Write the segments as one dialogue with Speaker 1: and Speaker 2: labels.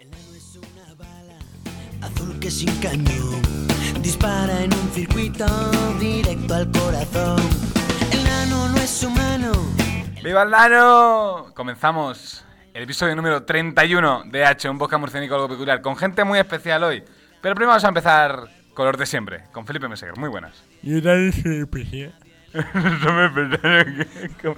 Speaker 1: Es una bala azul que sin cañón dispara en un circuito directo al corazón. El nano no es humano.
Speaker 2: ¡Viva el Nano! Comenzamos el episodio número 31 de H, un podcast murciénico algo peculiar, con gente muy especial hoy. Pero primero vamos a empezar con los de siempre, con Felipe Meseguer. Muy buenas.
Speaker 3: Yo también soy especial.
Speaker 2: No me pensaron que- ¿Cómo,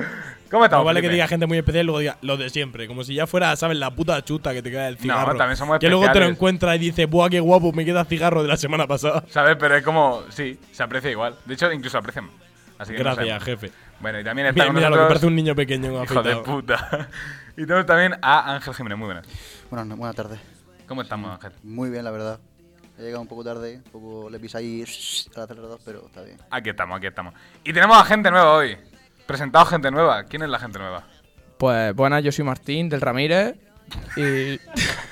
Speaker 2: cómo estamos,
Speaker 3: No vale que
Speaker 2: Felipe?
Speaker 3: diga gente muy especial y luego diga los de siempre. Como si ya fuera, ¿sabes? La puta chuta que te queda del cigarro.
Speaker 2: también somos
Speaker 3: Que luego te lo
Speaker 2: especiales.
Speaker 3: encuentras y dices, ¡buah, qué guapo! Me queda cigarro de la semana pasada.
Speaker 2: ¿Sabes? Pero es como... Sí, se aprecia igual. De hecho, incluso aprecian. Así que no
Speaker 3: Gracias,
Speaker 2: sabemos.
Speaker 3: jefe.
Speaker 2: Bueno, y también está
Speaker 3: Mira,
Speaker 2: con
Speaker 3: mira lo que
Speaker 2: nosotros-
Speaker 3: parece un niño pequeño con
Speaker 2: Hijo de
Speaker 3: afeitado.
Speaker 2: puta. Y tenemos también a Ángel Jiménez. Muy buenas.
Speaker 4: Buenas, no- buenas tardes.
Speaker 2: ¿Cómo estamos, Ángel?
Speaker 4: Muy bien, la verdad. He llegado un poco tarde, un poco le pisa ahí al acelerador, pero está bien.
Speaker 2: Aquí estamos, aquí estamos. Y tenemos a gente nueva hoy. Presentado gente nueva. ¿Quién es la gente nueva?
Speaker 5: Pues buenas, yo soy Martín del Ramírez. Y.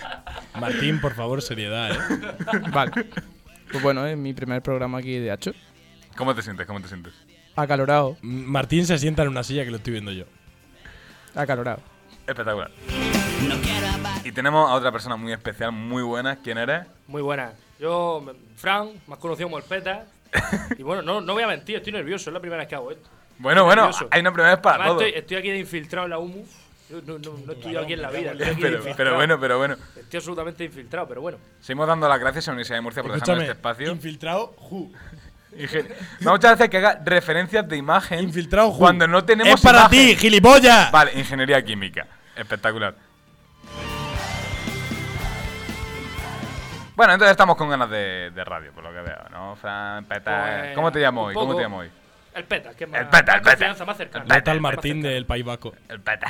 Speaker 3: Martín, por favor, seriedad, ¿eh?
Speaker 5: vale. Pues bueno, es mi primer programa aquí de Hacho.
Speaker 2: ¿Cómo te sientes? ¿Cómo te sientes?
Speaker 5: Acalorado,
Speaker 3: M- Martín se sienta en una silla que lo estoy viendo yo.
Speaker 5: acalorado.
Speaker 2: Espectacular. Y tenemos a otra persona muy especial, muy buena. ¿Quién eres?
Speaker 6: Muy buenas. Yo, me- Fran, más conocido como el Peta. Y bueno, no, no voy a mentir, estoy nervioso, es la primera vez que hago esto.
Speaker 2: Bueno, bueno,
Speaker 6: nervioso.
Speaker 2: hay una primera vez para
Speaker 6: Además,
Speaker 2: todo.
Speaker 6: estoy, estoy aquí de infiltrado en la UMU. Yo no, no, no he estudiado aquí en la vida. Estoy, aquí de
Speaker 2: Pero, pero
Speaker 6: infiltrado.
Speaker 2: bueno, pero bueno.
Speaker 6: estoy absolutamente infiltrado, pero bueno.
Speaker 2: Seguimos dando las gracias a la Universidad de Murcia por dejarnos
Speaker 3: Escúchame,
Speaker 2: este espacio.
Speaker 3: infiltrado, ju.
Speaker 2: Y gen- no, muchas veces que haga referencias de imagen
Speaker 3: Infiltrado, ju.
Speaker 2: cuando no tenemos
Speaker 3: ¡Es para
Speaker 2: imagen.
Speaker 3: ti, gilipollas!
Speaker 2: Vale, ingeniería química. Espectacular. Bueno, entonces estamos con ganas de, de radio, por lo que veo, ¿no? Fran, Peta.
Speaker 6: Pues,
Speaker 2: Ah, ¿Cómo te llamo
Speaker 6: un
Speaker 2: hoy? ¿Cómo
Speaker 6: poco.
Speaker 2: te llamo hoy?
Speaker 6: El Peta, que es más.
Speaker 2: El Peta, el
Speaker 6: más
Speaker 2: Peta.
Speaker 6: confianza, más cercana.
Speaker 2: El
Speaker 3: ¿Qué
Speaker 2: Peta.
Speaker 3: tal
Speaker 2: Vete,
Speaker 3: Martín
Speaker 6: vete.
Speaker 3: del País Vasco?
Speaker 2: El Peta.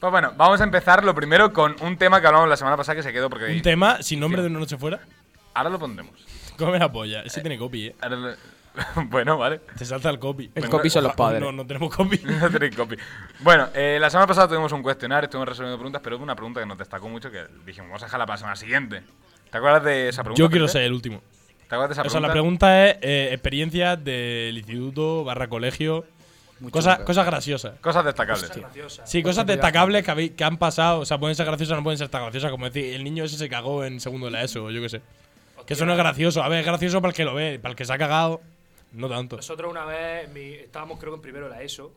Speaker 2: Pues bueno, vamos a empezar lo primero con un tema que hablamos la semana pasada que se quedó porque.
Speaker 3: Un tema sin nombre de una noche fuera.
Speaker 2: Ahora lo pondremos.
Speaker 3: Come la polla. Ese tiene copy, ¿eh?
Speaker 2: Ahora lo- bueno, vale.
Speaker 3: Te salta el copy.
Speaker 5: El copy son los padres.
Speaker 3: No, no tenemos copy.
Speaker 2: No tenéis copy. Bueno, eh, la semana pasada tuvimos un cuestionario, estuvimos resolviendo preguntas, pero hubo una pregunta que nos destacó mucho que dijimos, vamos a dejarla para la semana siguiente. ¿Te acuerdas de esa pregunta?
Speaker 3: Yo quiero
Speaker 2: Felipe?
Speaker 3: ser el último.
Speaker 2: ¿Te acuerdas de esa
Speaker 3: O
Speaker 2: pregunta?
Speaker 3: sea, la pregunta es eh, experiencias del instituto barra colegio. Cosas, cosas graciosas.
Speaker 2: Cosas destacables.
Speaker 6: Graciosa.
Speaker 3: Sí, cosas destacables que, habéis- que han pasado. O sea, pueden ser graciosas o no pueden ser tan graciosas. Como decir, el niño ese se cagó en segundo de la ESO, o yo qué sé. Que eso no es gracioso. A ver, es gracioso para el que lo ve. Para el que se ha cagado, no tanto.
Speaker 6: Nosotros una vez mi- estábamos, creo que en primero de la ESO,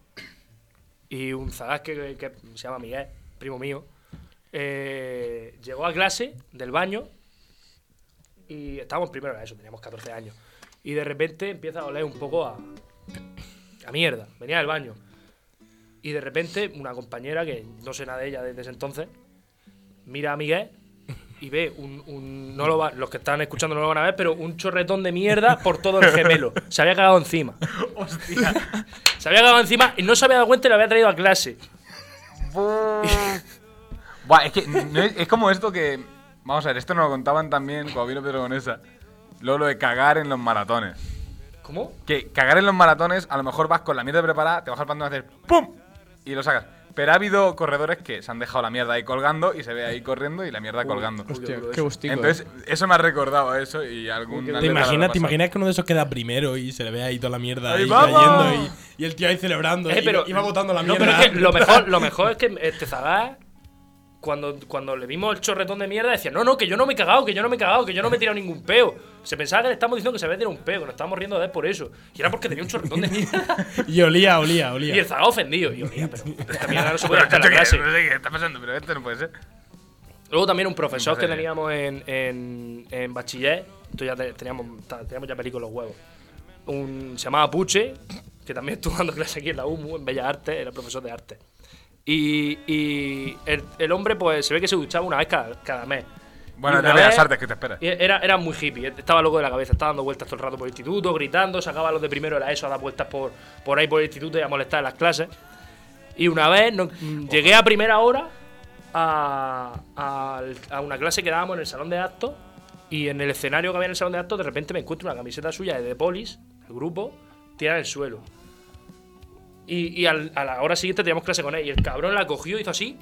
Speaker 6: y un zagaz que, que se llama Miguel, primo mío, eh, llegó a clase del baño y estábamos en primero de la ESO, teníamos 14 años. Y de repente empieza a oler un poco a, a mierda. Venía del baño. Y de repente una compañera, que no sé nada de ella desde ese entonces, mira a Miguel y ve un, un- no lo va- los que están escuchando no lo van a ver, pero un chorretón de mierda por todo el gemelo. Se había cagado encima. Hostia. Se había cagado encima y no se había dado cuenta y lo había traído a clase.
Speaker 2: Buah, es que no es, es como esto que. Vamos a ver, esto nos lo contaban también cuando vino Pedro Gonesa. Luego lo de cagar en los maratones.
Speaker 6: ¿Cómo?
Speaker 2: Que cagar en los maratones, a lo mejor vas con la mierda preparada, te bajas al pantalón y haces ¡pum! y lo sacas. Pero ha habido corredores que se han dejado la mierda ahí colgando y se ve ahí corriendo y la mierda colgando.
Speaker 5: Hostia,
Speaker 6: duro
Speaker 5: qué
Speaker 6: eso.
Speaker 5: gustico. eh.
Speaker 2: Entonces, eso me ha recordado a eso y algún.
Speaker 6: ¿Te
Speaker 3: ¿Te
Speaker 2: atleta lo habrá
Speaker 3: imaginas, ¿Te
Speaker 2: pasado.
Speaker 3: imaginas que uno de esos queda primero y se le ve ahí toda la mierda
Speaker 2: ¡Ahí
Speaker 3: ahí
Speaker 2: vamos!
Speaker 3: cayendo y, y el tío ahí celebrando?
Speaker 6: Eh,
Speaker 3: y
Speaker 6: pero-
Speaker 3: iba botando la
Speaker 6: No,
Speaker 3: mierda.
Speaker 6: pero es que lo mejor, lo mejor es que este Zagaz, cuando, cuando le vimos el chorretón de mierda, decía, no, no, que yo no me he cagado, que yo no me he cagado, que yo no me he tirado ningún peo. Se pensaba que le estábamos diciendo que se había tirado un peo, que nos estábamos riendo de él por eso. Y era porque tenía un chorretón de mierda.
Speaker 3: Y olía, olía, olía.
Speaker 6: y el Zagaz ofendido. Y yo, "Mira, pero esta mierda no se puede
Speaker 2: Pero,
Speaker 6: hacer en la
Speaker 2: chacho,
Speaker 6: clase.
Speaker 2: que- no sé qué está pasando, pero esto no puede ser.
Speaker 6: Luego también un profesor
Speaker 2: Madre
Speaker 6: que
Speaker 2: mía.
Speaker 6: teníamos en, en, en bachiller, entonces ya te- teníamos, ta- teníamos ya películas los huevos. Un, se llamaba Puche, que también estuvo dando clase aquí en la UMU, en Bellas Artes, era profesor de arte. Y, y el, el hombre pues se ve que se duchaba una vez cada, cada mes.
Speaker 2: Bueno,
Speaker 6: Y
Speaker 2: te
Speaker 6: una
Speaker 2: veas
Speaker 6: vez-
Speaker 2: artes que te espera.
Speaker 6: y Era, era muy hippie, estaba loco de la cabeza, estaba dando vueltas todo el rato por el instituto, gritando, sacaba a los de primero de la ESO a dar vueltas por, por ahí por el instituto y a molestar en las clases. Y una vez no- mm, llegué a primera hora a, a- a una clase que dábamos en el salón de actos y en el escenario que había en el salón de actos de repente me encuentro una camiseta suya de The Police, el grupo, tirada en el suelo. Y, y al- a la hora siguiente teníamos clase con él. Y el cabrón la cogió, hizo así,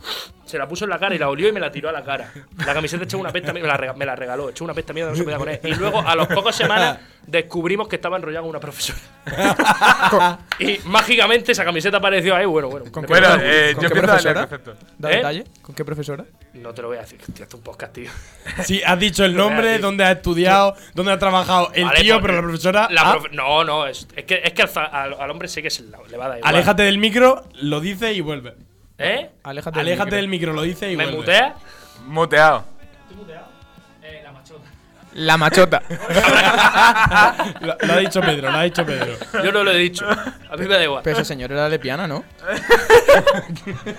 Speaker 6: se la puso en la cara y la olió y me la tiró a la cara. La camiseta echó una pesta, me la, rega- me la regaló, echó una pesta mierda, no se podía con él. Y luego, a los pocos semanas, descubrimos que estaba enrollado con una profesora. y mágicamente esa camiseta apareció ahí. Bueno, bueno.
Speaker 5: ¿Con
Speaker 6: me
Speaker 5: qué
Speaker 2: Bueno,
Speaker 6: parece-
Speaker 5: profesora?
Speaker 2: eh,
Speaker 5: ¿Con
Speaker 2: yo
Speaker 5: qué
Speaker 2: empiezo a leer
Speaker 5: profesora?
Speaker 2: conceptos.
Speaker 5: Da
Speaker 6: ¿Eh?
Speaker 5: detalle. ¿Con qué profesora?
Speaker 6: No te lo voy a decir, tío, esto es un podcast, tío.
Speaker 3: Sí, has dicho el nombre,
Speaker 6: Espérate.
Speaker 3: dónde has estudiado, dónde has trabajado el
Speaker 6: Vale,
Speaker 3: tío,
Speaker 6: porque
Speaker 3: pero la profesora.
Speaker 6: la
Speaker 3: ah,
Speaker 6: profe- no, no, es, es que, es que al, za- al- al hombre sé que se la- le va a dar igual.
Speaker 3: aléjate del micro, lo dice y vuelve.
Speaker 6: ¿Eh?
Speaker 5: Aléjate, del
Speaker 3: Aléjate
Speaker 5: micro.
Speaker 3: del micro, lo dice y
Speaker 6: ¿Me
Speaker 3: vuelve.
Speaker 6: muteas?
Speaker 2: Muteado.
Speaker 6: ¿Tú muteado? Eh, la machota.
Speaker 5: La machota.
Speaker 3: Lo, lo ha dicho Pedro, lo ha dicho Pedro. Eh,
Speaker 6: Yo no lo he dicho. A mí me da igual.
Speaker 5: Pero esa señora era lesbiana, ¿no?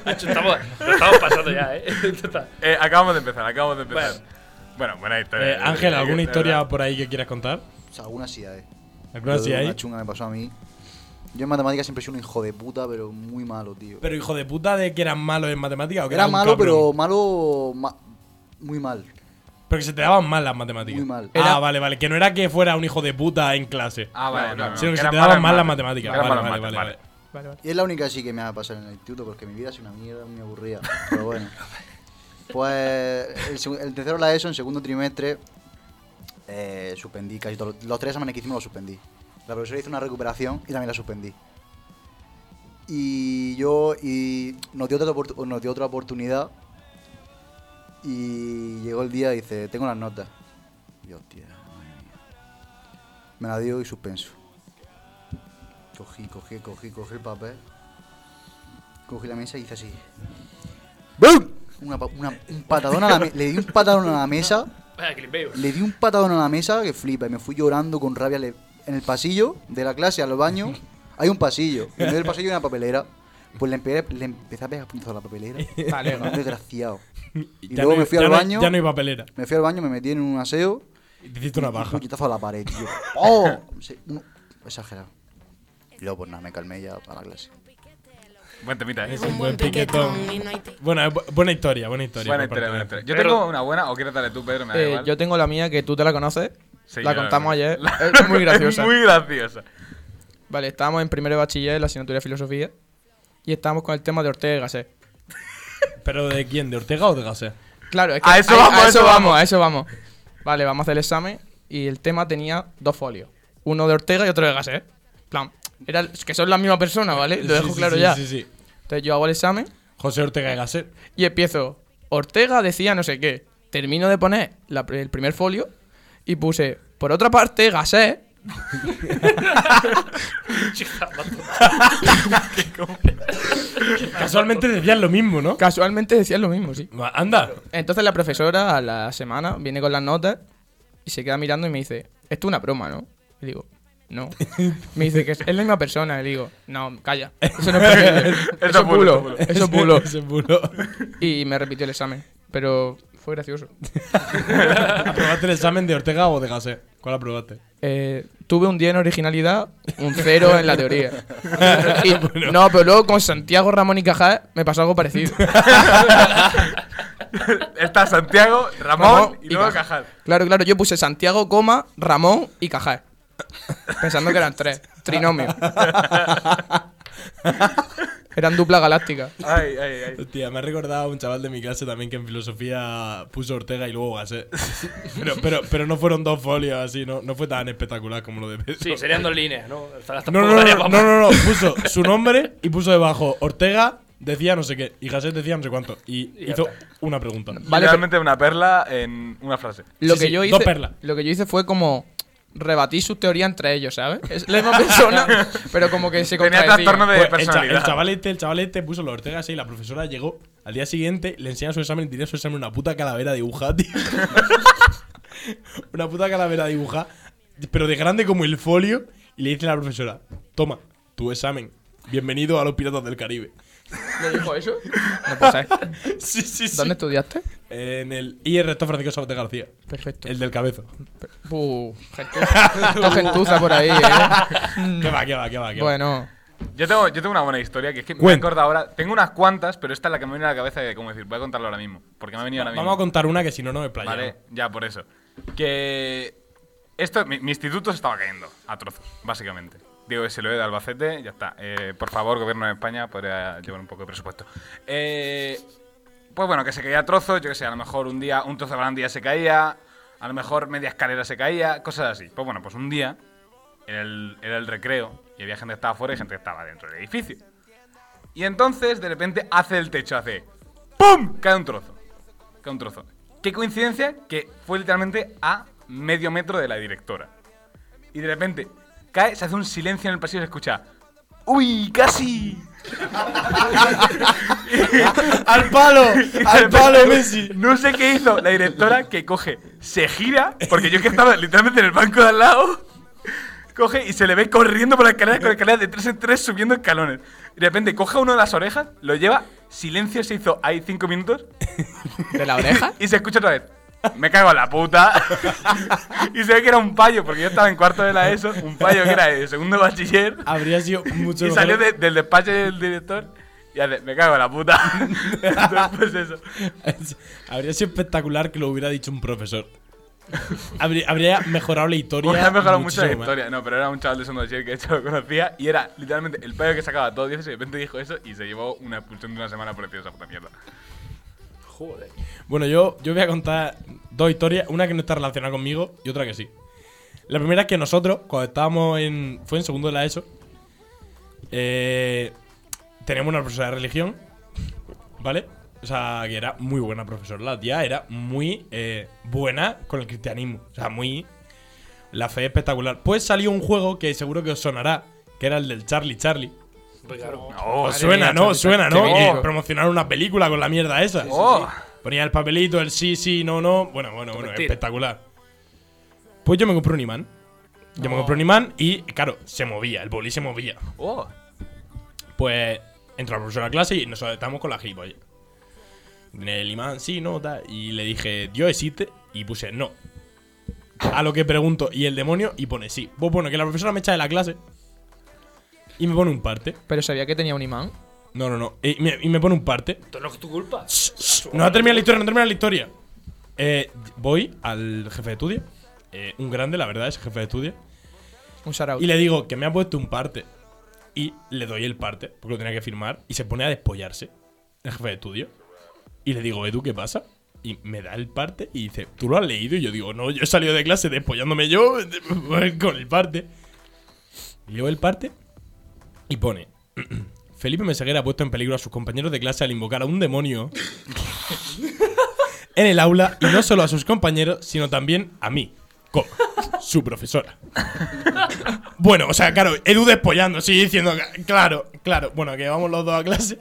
Speaker 6: Macho, estamos, lo estamos pasando ya, ¿eh? Esto está-
Speaker 2: Eh, acabamos de empezar, acabamos de empezar. Bueno, buena historia.
Speaker 3: Eh, Ángel,
Speaker 2: Eh,
Speaker 3: ¿alguna
Speaker 2: eh,
Speaker 3: historia
Speaker 2: verdad.
Speaker 3: por ahí que quieras contar?
Speaker 4: O sea, alguna sí hay.
Speaker 3: ¿Alguna
Speaker 4: Pero
Speaker 3: así ahí?
Speaker 4: Una chunga me pasó a mí. Yo en matemáticas siempre soy un hijo de puta, pero muy malo, tío.
Speaker 3: Pero hijo de puta de que eras malo en matemáticas o que
Speaker 4: Era
Speaker 3: eras un
Speaker 4: malo,
Speaker 3: cabrón?
Speaker 4: pero malo. ma- muy mal.
Speaker 3: Pero que se te daban mal las matemáticas.
Speaker 4: Muy mal.
Speaker 3: Ah,
Speaker 5: Era-
Speaker 3: vale, vale. Que no era que fuera un hijo de puta en clase.
Speaker 2: Ah, vale, no, no,
Speaker 3: Sino que
Speaker 2: que
Speaker 3: se
Speaker 2: era
Speaker 3: te
Speaker 2: malo
Speaker 3: daban
Speaker 2: en
Speaker 3: mal las
Speaker 2: mate.
Speaker 3: matemáticas.
Speaker 2: Era
Speaker 3: Vale,
Speaker 2: malo en
Speaker 3: vale,
Speaker 2: mate,
Speaker 3: vale,
Speaker 2: vale.
Speaker 3: vale.
Speaker 5: Vale, vale.
Speaker 4: Y es la única sí que me va a pasar en el instituto, porque mi vida es una mierda, muy aburrida. Pero bueno. Pues el, segu- el tercero de la ESO, en segundo trimestre, eh, suspendí casi todos. los- Los tres exámenes que hicimos los suspendí. La profesora hizo una recuperación y también la suspendí. Y yo, y nos dio otra, oportu- nos dio otra oportunidad. Y llegó el día y dice, tengo las notas. Y yo, hostia, madre mía. Me la dio y suspenso. Cogí, cogí, cogí, cogí el papel. Cogí la mesa y hice así. ¡Bum! Una, pa- una- un patadón a la me- Le di un patadón a la mesa.
Speaker 6: Vaya clipeo.
Speaker 4: Le di un patadón a la mesa que flipa. Y me fui llorando con rabia le- en el pasillo de la clase al baño. Hay un pasillo. Y en medio del pasillo hay una papelera. Pues le, empe- le empecé a pegar puñetazos a la papelera.
Speaker 5: Vale,
Speaker 4: Un desgraciado. Y
Speaker 3: Ya
Speaker 4: luego
Speaker 3: no-
Speaker 4: me fui
Speaker 3: ya
Speaker 4: al
Speaker 3: no-
Speaker 4: baño.
Speaker 3: Ya no hay papelera.
Speaker 4: Me fui al baño, me metí en un aseo.
Speaker 3: Y Te hiciste una
Speaker 4: Un
Speaker 3: baja.
Speaker 4: puñetazo a la pared, tío. ¡Oh! Sí, un- exagerado. Y luego, pues nada, me calmé ya para la clase.
Speaker 2: Buen temita, eh.
Speaker 3: Es un buen piquetón.
Speaker 7: y no hay ti-
Speaker 3: Buena, bu- buena historia, buena historia.
Speaker 2: Buena
Speaker 3: por
Speaker 2: historia, buena
Speaker 3: parte de-
Speaker 2: historia. Yo
Speaker 6: Pero-
Speaker 2: tengo una buena, o quieres darle tú, Pedro, me da
Speaker 5: Eh,
Speaker 2: igual.
Speaker 5: yo tengo la mía que tú te la conoces.
Speaker 2: Sí,
Speaker 5: la
Speaker 2: yo
Speaker 5: contamos
Speaker 2: la-
Speaker 5: ayer. es muy graciosa.
Speaker 2: muy graciosa.
Speaker 5: Vale, estábamos en primero de bachiller, la asignatura de filosofía. Y estábamos con el tema de Ortega y Gasset.
Speaker 3: ¿Pero de quién? ¿De Ortega o de Gasset?
Speaker 5: Claro, es que
Speaker 2: A eso
Speaker 5: ahí-
Speaker 2: vamos, a eso
Speaker 5: a eso vamos. Vale, vamos a hacer el examen y el tema tenía dos folios. Uno de Ortega y otro de Gasset. En Plan, era, que son la misma persona, ¿vale? Eh, Lo
Speaker 3: Sí,
Speaker 5: dejo
Speaker 3: sí,
Speaker 5: claro
Speaker 3: sí,
Speaker 5: ya.
Speaker 3: Sí, sí.
Speaker 5: Entonces yo hago el examen
Speaker 3: José Ortega y Gasset.
Speaker 5: y empiezo. Ortega decía no sé qué. Termino de poner la pr- el primer folio y puse, por otra parte, Gasset
Speaker 6: Chica, mato.
Speaker 3: Casualmente decían lo mismo, ¿no?
Speaker 5: casualmente decía lo mismo, sí.
Speaker 3: Ma- Anda.
Speaker 5: Entonces la profesora a la semana viene con las notas y se queda mirando y me dice, esto es una broma, ¿no? Y digo, no. Me dice que es es la misma persona. Y le digo, no, calla. Eso no es posible.
Speaker 2: Eso
Speaker 5: Eso
Speaker 2: es
Speaker 5: es
Speaker 2: bulo,
Speaker 5: bulo.
Speaker 2: eso
Speaker 5: Eso es bulo.
Speaker 3: Ese bulo.
Speaker 5: Y me repitió el examen. Pero fue gracioso.
Speaker 3: ¿Aprobaste el examen de Ortega o de Gasset? ¿Cuál aprobaste?
Speaker 5: Eh, tuve un 10 en originalidad, un 0 en la teoría. Y- no, pero luego con Santiago Ramón y Cajal me pasó algo parecido.
Speaker 2: Está Santiago, Ramón,
Speaker 5: Ramón
Speaker 2: y
Speaker 5: y
Speaker 2: luego
Speaker 5: Cajal.
Speaker 2: Cajal.
Speaker 5: Claro, claro, yo puse Santiago, coma, Ramón y Cajal. Pensando que eran tres. Trinomio. Eran dupla galáctica.
Speaker 2: Ay, ay, ay.
Speaker 3: Hostia, me ha recordado a un chaval de mi clase también que en filosofía puso Ortega y luego Gasset. Pero, pero, pero no fueron dos folios así, no, no fue tan espectacular como lo de Pedro.
Speaker 6: Sí, serían dos líneas, ¿no? O sea,
Speaker 3: No,
Speaker 6: tampoco
Speaker 3: no, no,
Speaker 6: daría
Speaker 3: no,
Speaker 6: pa'
Speaker 3: no,
Speaker 6: más.
Speaker 3: no, no, puso su nombre y puso debajo Ortega decía no sé qué y Gasset decía no sé cuánto y
Speaker 6: Y ya
Speaker 3: hizo
Speaker 6: está.
Speaker 3: una pregunta.
Speaker 5: Vale,
Speaker 2: Literalmente una perla en una frase.
Speaker 5: Lo
Speaker 3: Sí,
Speaker 5: que
Speaker 3: sí,
Speaker 5: yo
Speaker 3: dos
Speaker 5: hice.
Speaker 3: perlas.
Speaker 5: Lo que yo hice fue como rebatir sus teorías entre ellos, ¿sabes? Es la misma persona, pero como que se
Speaker 2: Tenía
Speaker 5: contradecía.
Speaker 2: trastorno de
Speaker 3: Pues el, cha-
Speaker 2: personalidad.
Speaker 3: el chaval este, el chaval este puso los Ortega así y la profesora llegó al día siguiente, le enseña su examen y tiene su examen una puta calavera dibujada, tío. una puta calavera dibujada, pero de grande como el folio y le dice a la profesora, toma, tu examen, bienvenido a los piratas del Caribe.
Speaker 5: ¿Le dijo eso? No puede ser.
Speaker 3: sí, sí, sí.
Speaker 5: ¿Dónde estudiaste?
Speaker 3: En el IR Rector Francisco Sabater García,
Speaker 5: Perfecto.
Speaker 3: el del cabezo.
Speaker 5: Uh, gentuza. Esto gentuza por ahí, ¿eh?
Speaker 3: ¿Qué va, qué va, qué va? qué va?
Speaker 5: Bueno.
Speaker 2: Yo tengo, yo tengo una buena historia, que es que me
Speaker 3: Cuenta.
Speaker 2: acuerdo ahora. Tengo unas cuantas, pero esta es la que me viene a la cabeza de cómo decir. Voy a contarlo ahora mismo, porque me ha venido ahora mismo.
Speaker 3: Vamos a contar una que si no, no me playa.
Speaker 2: Vale, ya por eso. Que esto, mi, mi instituto se estaba cayendo a trozos, básicamente. Diego S. Loe de Albacete, ya está. Eh, por favor, gobierno de España, podría llevar un poco de presupuesto. Eh, pues bueno, que se caía trozos, yo que sé, a lo mejor un día un trozo de barandilla se caía, a lo mejor media escalera se caía, cosas así. Pues bueno, pues un día era el, era el recreo y había gente que estaba afuera y gente que estaba dentro del edificio. Y entonces, de repente, hace el techo, hace ¡Pum! Cae un trozo. Cae un trozo. Qué coincidencia que fue literalmente a medio metro de la directora. Y de repente cae, se hace un silencio en el pasillo y se escucha ¡Uy, casi!
Speaker 3: ¡Al palo!
Speaker 2: Y de
Speaker 3: ¡Al
Speaker 2: repente,
Speaker 3: palo, Messi!
Speaker 2: No sé qué hizo la directora que coge, se gira, porque yo que estaba literalmente en el banco de al lado, coge y se le ve corriendo por la escalera, con la escalera de tres en tres subiendo escalones. Y de repente coge uno de las orejas, lo lleva, silencio se hizo ahí cinco minutos
Speaker 5: ¿De la oreja?
Speaker 2: y se escucha otra vez. Me cago en la puta. y se ve que era un payo, porque yo estaba en cuarto de la ESO, un payo que era de segundo bachiller.
Speaker 3: Habría sido mucho
Speaker 2: Y
Speaker 3: mejor.
Speaker 2: salió de- del despacho del director y hace, me cago en la puta. Entonces, pues eso.
Speaker 3: Habría sido espectacular que lo hubiera dicho un profesor. Habría, habría mejorado la historia.
Speaker 2: Porque ha mejorado mucho la
Speaker 3: muchísimo más.
Speaker 2: historia. No, pero era un chaval de segundo bachiller que de hecho lo conocía y era literalmente el payo que sacaba todos los días y de repente dijo eso y se llevó una expulsión de una semana por decir esa puta mierda.
Speaker 6: Joder.
Speaker 3: Bueno, yo, yo voy a contar dos historias, una que no está relacionada conmigo y otra que sí. La primera es que nosotros, cuando estábamos en. fue en segundo de la ESO, eh, teníamos una profesora de religión, ¿vale? O sea, que era muy buena profesora. La tía era muy eh, buena con el cristianismo. O sea, muy. La fe espectacular. Pues salió un juego que seguro que os sonará, que era el del Charlie Charlie.
Speaker 6: Hombre, claro.
Speaker 2: No,
Speaker 3: Os suena,
Speaker 5: mía,
Speaker 3: ¿no?
Speaker 5: Charlie
Speaker 3: Os suena,
Speaker 5: Charlie.
Speaker 3: ¿no?
Speaker 5: Qué
Speaker 3: Que
Speaker 5: mítico.
Speaker 3: promocionaron una película con la mierda esa.
Speaker 2: ¡Oh!
Speaker 3: Ponía el papelito, el sí, sí, no, no. Bueno, bueno, bueno,
Speaker 6: Mentira.
Speaker 3: espectacular. Pues yo me compré un imán. Yo
Speaker 5: Oh.
Speaker 3: me compré un imán y, claro, se movía, el bolí se movía.
Speaker 2: ¡Oh!
Speaker 3: Pues entró la profesora a clase y nos estábamos con la gilipollas. Tiene el imán, sí, no, tal. Y le dije, Dios existe. Y puse, no. A lo que pregunto, ¿y el demonio? Y pone, sí. Pues bueno, que la profesora me echa de la clase. Y me pone un parte.
Speaker 5: Pero sabía que tenía un imán.
Speaker 3: No, no, no. Y me- y me pone un parte.
Speaker 6: Esto no es tu culpa.
Speaker 3: No ha terminado la historia, no ha terminado la historia. Eh, voy al jefe de estudio. eh, un grande, la verdad, es jefe de estudio.
Speaker 5: Un sarau.
Speaker 3: Y le digo que me ha puesto un parte. Y le doy el parte, porque lo tenía que firmar. Y se pone a despollarse. El jefe de estudio. Y le digo, Edu, ¿qué pasa? Y me da el parte y dice, ¿tú lo has leído? Y yo digo, no, yo he salido de clase despollándome yo con el parte. Leo el parte y pone, Felipe Meseguer ha puesto en peligro a sus compañeros de clase al invocar a un demonio en el aula y no solo a sus compañeros, sino también a mí, como su profesora. Bueno, o sea, claro, Edu despollando, sí, diciendo, claro, claro, bueno, que vamos los dos a clase.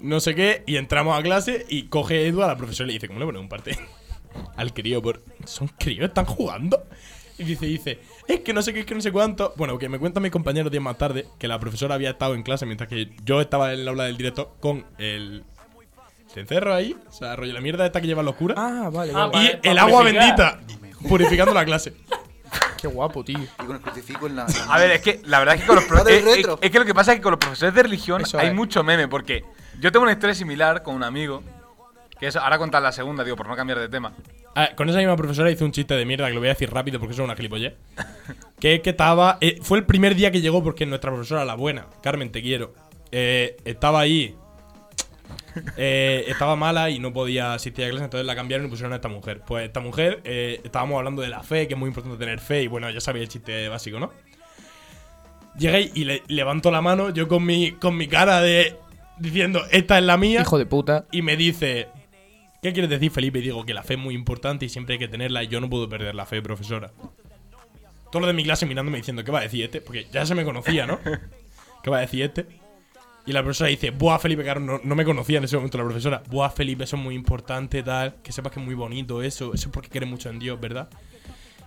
Speaker 3: No sé qué, y entramos a clase y coge Edu a la profesora y le dice, ¿cómo le pones un parte? Al crío, por... ¿Son críos? ¿Están jugando? Y dice, dice, es que no sé qué, es que no sé cuánto. Bueno, que me cuentan mis compañeros días más tarde que la profesora había estado en clase mientras que yo estaba en el aula del directo con el... Te encerro ahí, o sea, rollo la mierda esta que lleva los curas.
Speaker 5: Ah, vale,
Speaker 6: Ah,
Speaker 5: vale.
Speaker 3: y el
Speaker 6: vale, para
Speaker 3: agua
Speaker 6: purificar.
Speaker 3: bendita, purificando la clase.
Speaker 5: Qué guapo, tío.
Speaker 4: Y con el crucifijo en la. en la
Speaker 2: A ver, es que la verdad es que con los pro-
Speaker 4: Dale
Speaker 2: eh, eh,
Speaker 4: retro.
Speaker 2: es que lo que pasa es que con los profesores de religión
Speaker 5: Eso
Speaker 2: hay
Speaker 5: es.
Speaker 2: mucho meme, porque yo tengo una historia similar con un amigo, que es, ahora contar la segunda, digo, por no cambiar de tema.
Speaker 3: Ah, con esa misma profesora hice un chiste de mierda que lo voy a decir rápido porque eso es una gilipollez. que es que estaba. eh, fue el primer día que llegó porque nuestra profesora, la buena, Carmen, te quiero. eh, estaba ahí. eh, estaba mala y no podía asistir a clase, entonces la cambiaron y pusieron a esta mujer. Pues esta mujer, eh, estábamos hablando de la fe, que es muy importante tener fe, y bueno, ya sabía el chiste básico, ¿no? Llegué y le levanto la mano, yo con mi, con mi cara de. diciendo, esta es la mía
Speaker 5: Hijo de puta.
Speaker 3: y me dice, ¿qué quieres decir, Felipe? Y digo que la fe es muy importante y siempre hay que tenerla y yo no puedo perder la fe, profesora. Todo lo de mi clase mirándome diciendo, ¿qué va a decir este? Porque ya se me conocía, ¿no? ¿Qué va a decir este? Y la profesora dice, buah, Felipe, claro, no, no me conocía en ese momento la profesora. Buah, Felipe, eso es muy importante, tal, que sepas que es muy bonito eso, eso es porque crees mucho en Dios, ¿verdad?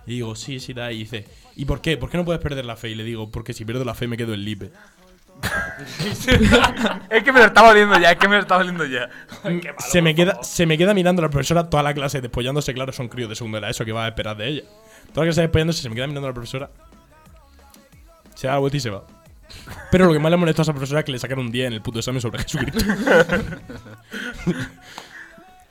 Speaker 3: Y digo, sí, sí, tal, y dice, ¿y por qué? ¿Por qué no puedes perder la fe? Y le digo, porque si pierdo la fe me quedo en Lipe.
Speaker 2: Es que me lo estaba oliendo ya, es que me lo estaba oliendo ya.
Speaker 3: Mm, se, me queda, se me queda mirando la profesora toda la clase despollándose, claro, son críos de segundo de la ESO que va a esperar de ella. Toda la clase despollándose, se me queda mirando la profesora. Se da la vuelta y se va. Pero lo que más le molestó a esa profesora es que le sacaron un 10 en el puto examen sobre Jesucristo.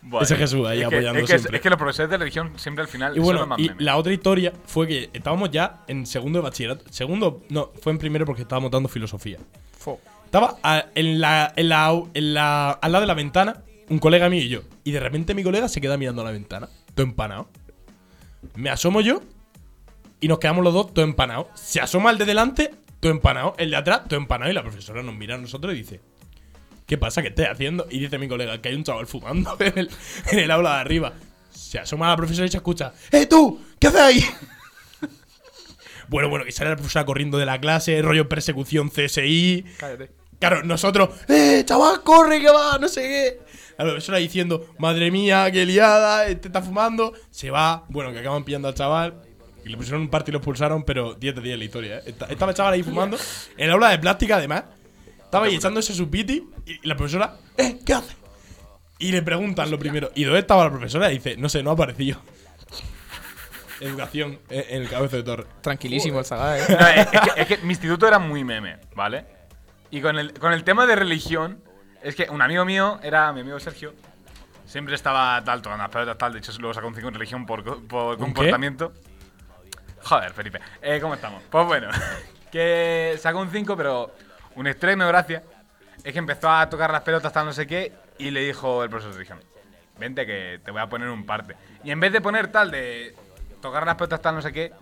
Speaker 2: Buah,
Speaker 3: Ese Jesús ahí
Speaker 2: es que-
Speaker 3: apoyando
Speaker 2: es que,
Speaker 3: siempre.
Speaker 2: es que los profesores de religión siempre al final
Speaker 3: Y
Speaker 2: son
Speaker 3: bueno,
Speaker 2: los más
Speaker 3: y
Speaker 2: memes.
Speaker 3: la otra historia fue que estábamos ya en segundo de bachillerato. Segundo, no, fue en primero porque estábamos dando filosofía.
Speaker 5: Fo.
Speaker 3: Estaba a- en la, en la, en la- al lado de la ventana un colega mío y yo. Y de repente mi colega se queda mirando a la ventana, todo empanado. Me asomo yo y nos quedamos los dos todo empanado. Se asoma el de delante, todo empanado. El de atrás, todo empanado. Y la profesora nos mira a nosotros y dice: ¿Qué pasa? ¿Qué estás haciendo? Y dice mi colega que hay un chaval fumando en el, en el aula de arriba. Se asoma la profesora y se escucha: ¡Eh, tú! ¿Qué haces ahí? bueno, bueno, que sale la profesora corriendo de la clase, rollo persecución CSI.
Speaker 5: Cállate.
Speaker 3: Claro, nosotros, ¡eh, chaval, corre, que va! No sé qué. La profesora diciendo, madre mía, qué liada, este está fumando. Se va, bueno, que acaban pillando al chaval. Y le pusieron un parte y lo expulsaron, pero 10 de 10 la historia, ¿eh? Esta- Estaba el chaval ahí fumando, en la aula de plástica, además. Estaba ahí echándose su piti y la profesora, ¡eh, qué hace! Y le preguntan lo primero. ¿Y dónde estaba la profesora? Y dice, no sé, no ha aparecido. Educación eh, en el cabezo de torre.
Speaker 5: Tranquilísimo el Zaga, eh.
Speaker 2: No, es, es que, es que mi instituto era muy meme, ¿vale? Y con el, con el tema de religión, es que un amigo mío, era mi amigo Sergio, siempre estaba tal, tocando las pelotas, tal. De hecho, luego sacó un 5 en religión por, co- por
Speaker 3: qué?
Speaker 2: comportamiento. Joder, Felipe. Eh, ¿Cómo estamos? Pues bueno, que sacó un 5, pero un extremo, gracias. Es que empezó a tocar las pelotas, tal, no sé qué, y le dijo el profesor de religión: Vente, que te voy a poner un parte. Y en vez de poner tal, de tocar las pelotas, tal, no sé qué,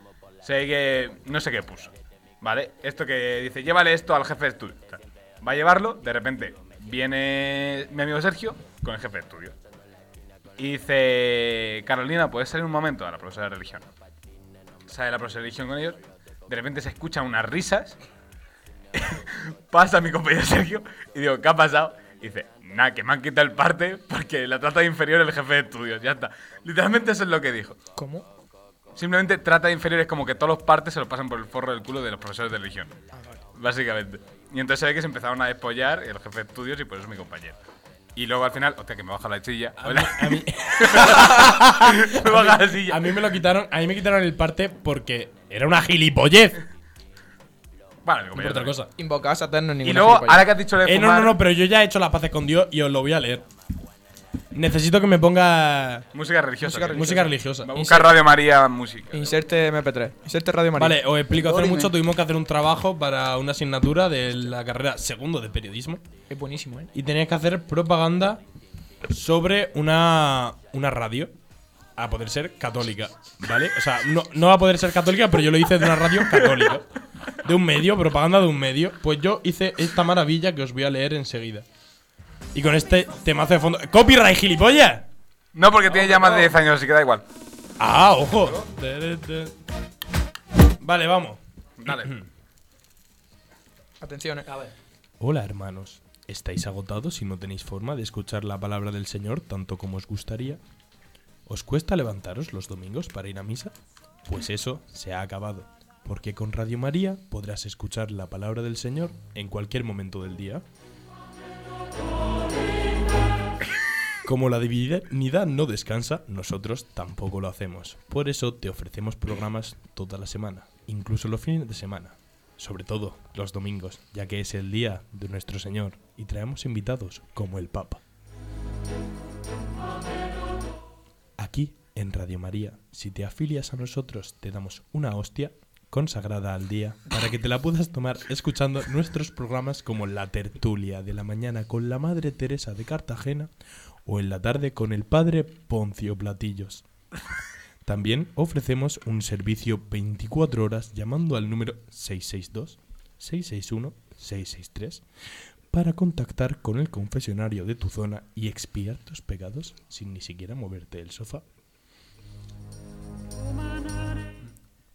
Speaker 2: sé que. No sé qué puso. ¿Vale? Esto que dice: Llévale esto al jefe de estudio. tal. Va a llevarlo, de repente viene mi amigo Sergio con el jefe de estudio. Y dice, Carolina, ¿puedes salir un momento a la profesora de religión? Sale la profesora de religión con ellos. De repente se escuchan unas risas. Pasa mi compañero Sergio y digo, ¿qué ha pasado? Y dice, nada, que me han quitado el parte porque la trata de inferior el jefe de estudios. Ya está. Literalmente eso es lo que dijo.
Speaker 5: ¿Cómo?
Speaker 2: Simplemente trata de inferiores como que todos los partes se los pasan por el forro del culo de los profesores de religión. Básicamente. Y entonces se ve que se empezaron a despollar el jefe de estudios y por eso es mi compañero. Y luego al final, hostia, que me baja la chilla. Hola.
Speaker 3: A mí,
Speaker 2: me baja la silla.
Speaker 3: A mí me lo quitaron, a mí me quitaron el parte porque era una gilipollez.
Speaker 2: Bueno, mi
Speaker 3: Por
Speaker 2: compañero
Speaker 3: otra
Speaker 2: también.
Speaker 3: cosa.
Speaker 5: Invocar a Satán no
Speaker 2: Y
Speaker 5: es ninguna
Speaker 2: luego,
Speaker 5: gilipollez.
Speaker 2: ahora que has dicho lo de
Speaker 3: Eh, no, no,
Speaker 2: fumar,
Speaker 3: no, pero yo ya he hecho las paces con Dios y os lo voy a leer. Necesito que me ponga
Speaker 2: música religiosa.
Speaker 5: Música
Speaker 2: ¿qué?
Speaker 3: música religiosa.
Speaker 2: Va a buscar Radio María música.
Speaker 5: Inserte MP3. Inserte Radio María.
Speaker 3: Vale, os explico. Hace
Speaker 4: Dórime.
Speaker 3: mucho tuvimos que hacer un trabajo para una asignatura de la carrera segundo de periodismo
Speaker 5: Es buenísimo, eh.
Speaker 3: y tenías que hacer propaganda sobre una, una radio a poder ser católica, ¿vale? O sea, no, no va a poder ser católica, pero yo lo hice de una radio católica. De un medio, propaganda de un medio. Pues yo hice esta maravilla que os voy a leer enseguida. Y con este temazo de fondo. ¡Copyright, gilipollas!
Speaker 2: No, porque tiene ya más de 10 años, así que da igual.
Speaker 3: ¡Ah, ojo! Vale, vamos.
Speaker 2: Dale.
Speaker 5: Atención, eh.
Speaker 6: A ver.
Speaker 3: Hola hermanos, ¿estáis agotados y no tenéis forma de escuchar la palabra del Señor tanto como os gustaría? ¿Os cuesta levantaros los domingos para ir a misa? Pues eso se ha acabado, porque con Radio María podrás escuchar la palabra del Señor en cualquier momento del día. Como la divinidad no descansa, nosotros tampoco lo hacemos. Por eso te ofrecemos programas toda la semana, incluso los fines de semana. Sobre todo los domingos, ya que es el día de nuestro Señor y traemos invitados como el Papa. Aquí, en Radio María, si te afilias a nosotros, te damos una hostia consagrada al día para que te la puedas tomar escuchando nuestros programas como La Tertulia de la mañana con la Madre Teresa de Cartagena o en la tarde con el Padre Poncio Platillos. También ofrecemos un servicio 24 horas llamando al número 662-661-663 para contactar con el confesionario de tu zona y expiar tus pecados sin ni siquiera moverte del sofá.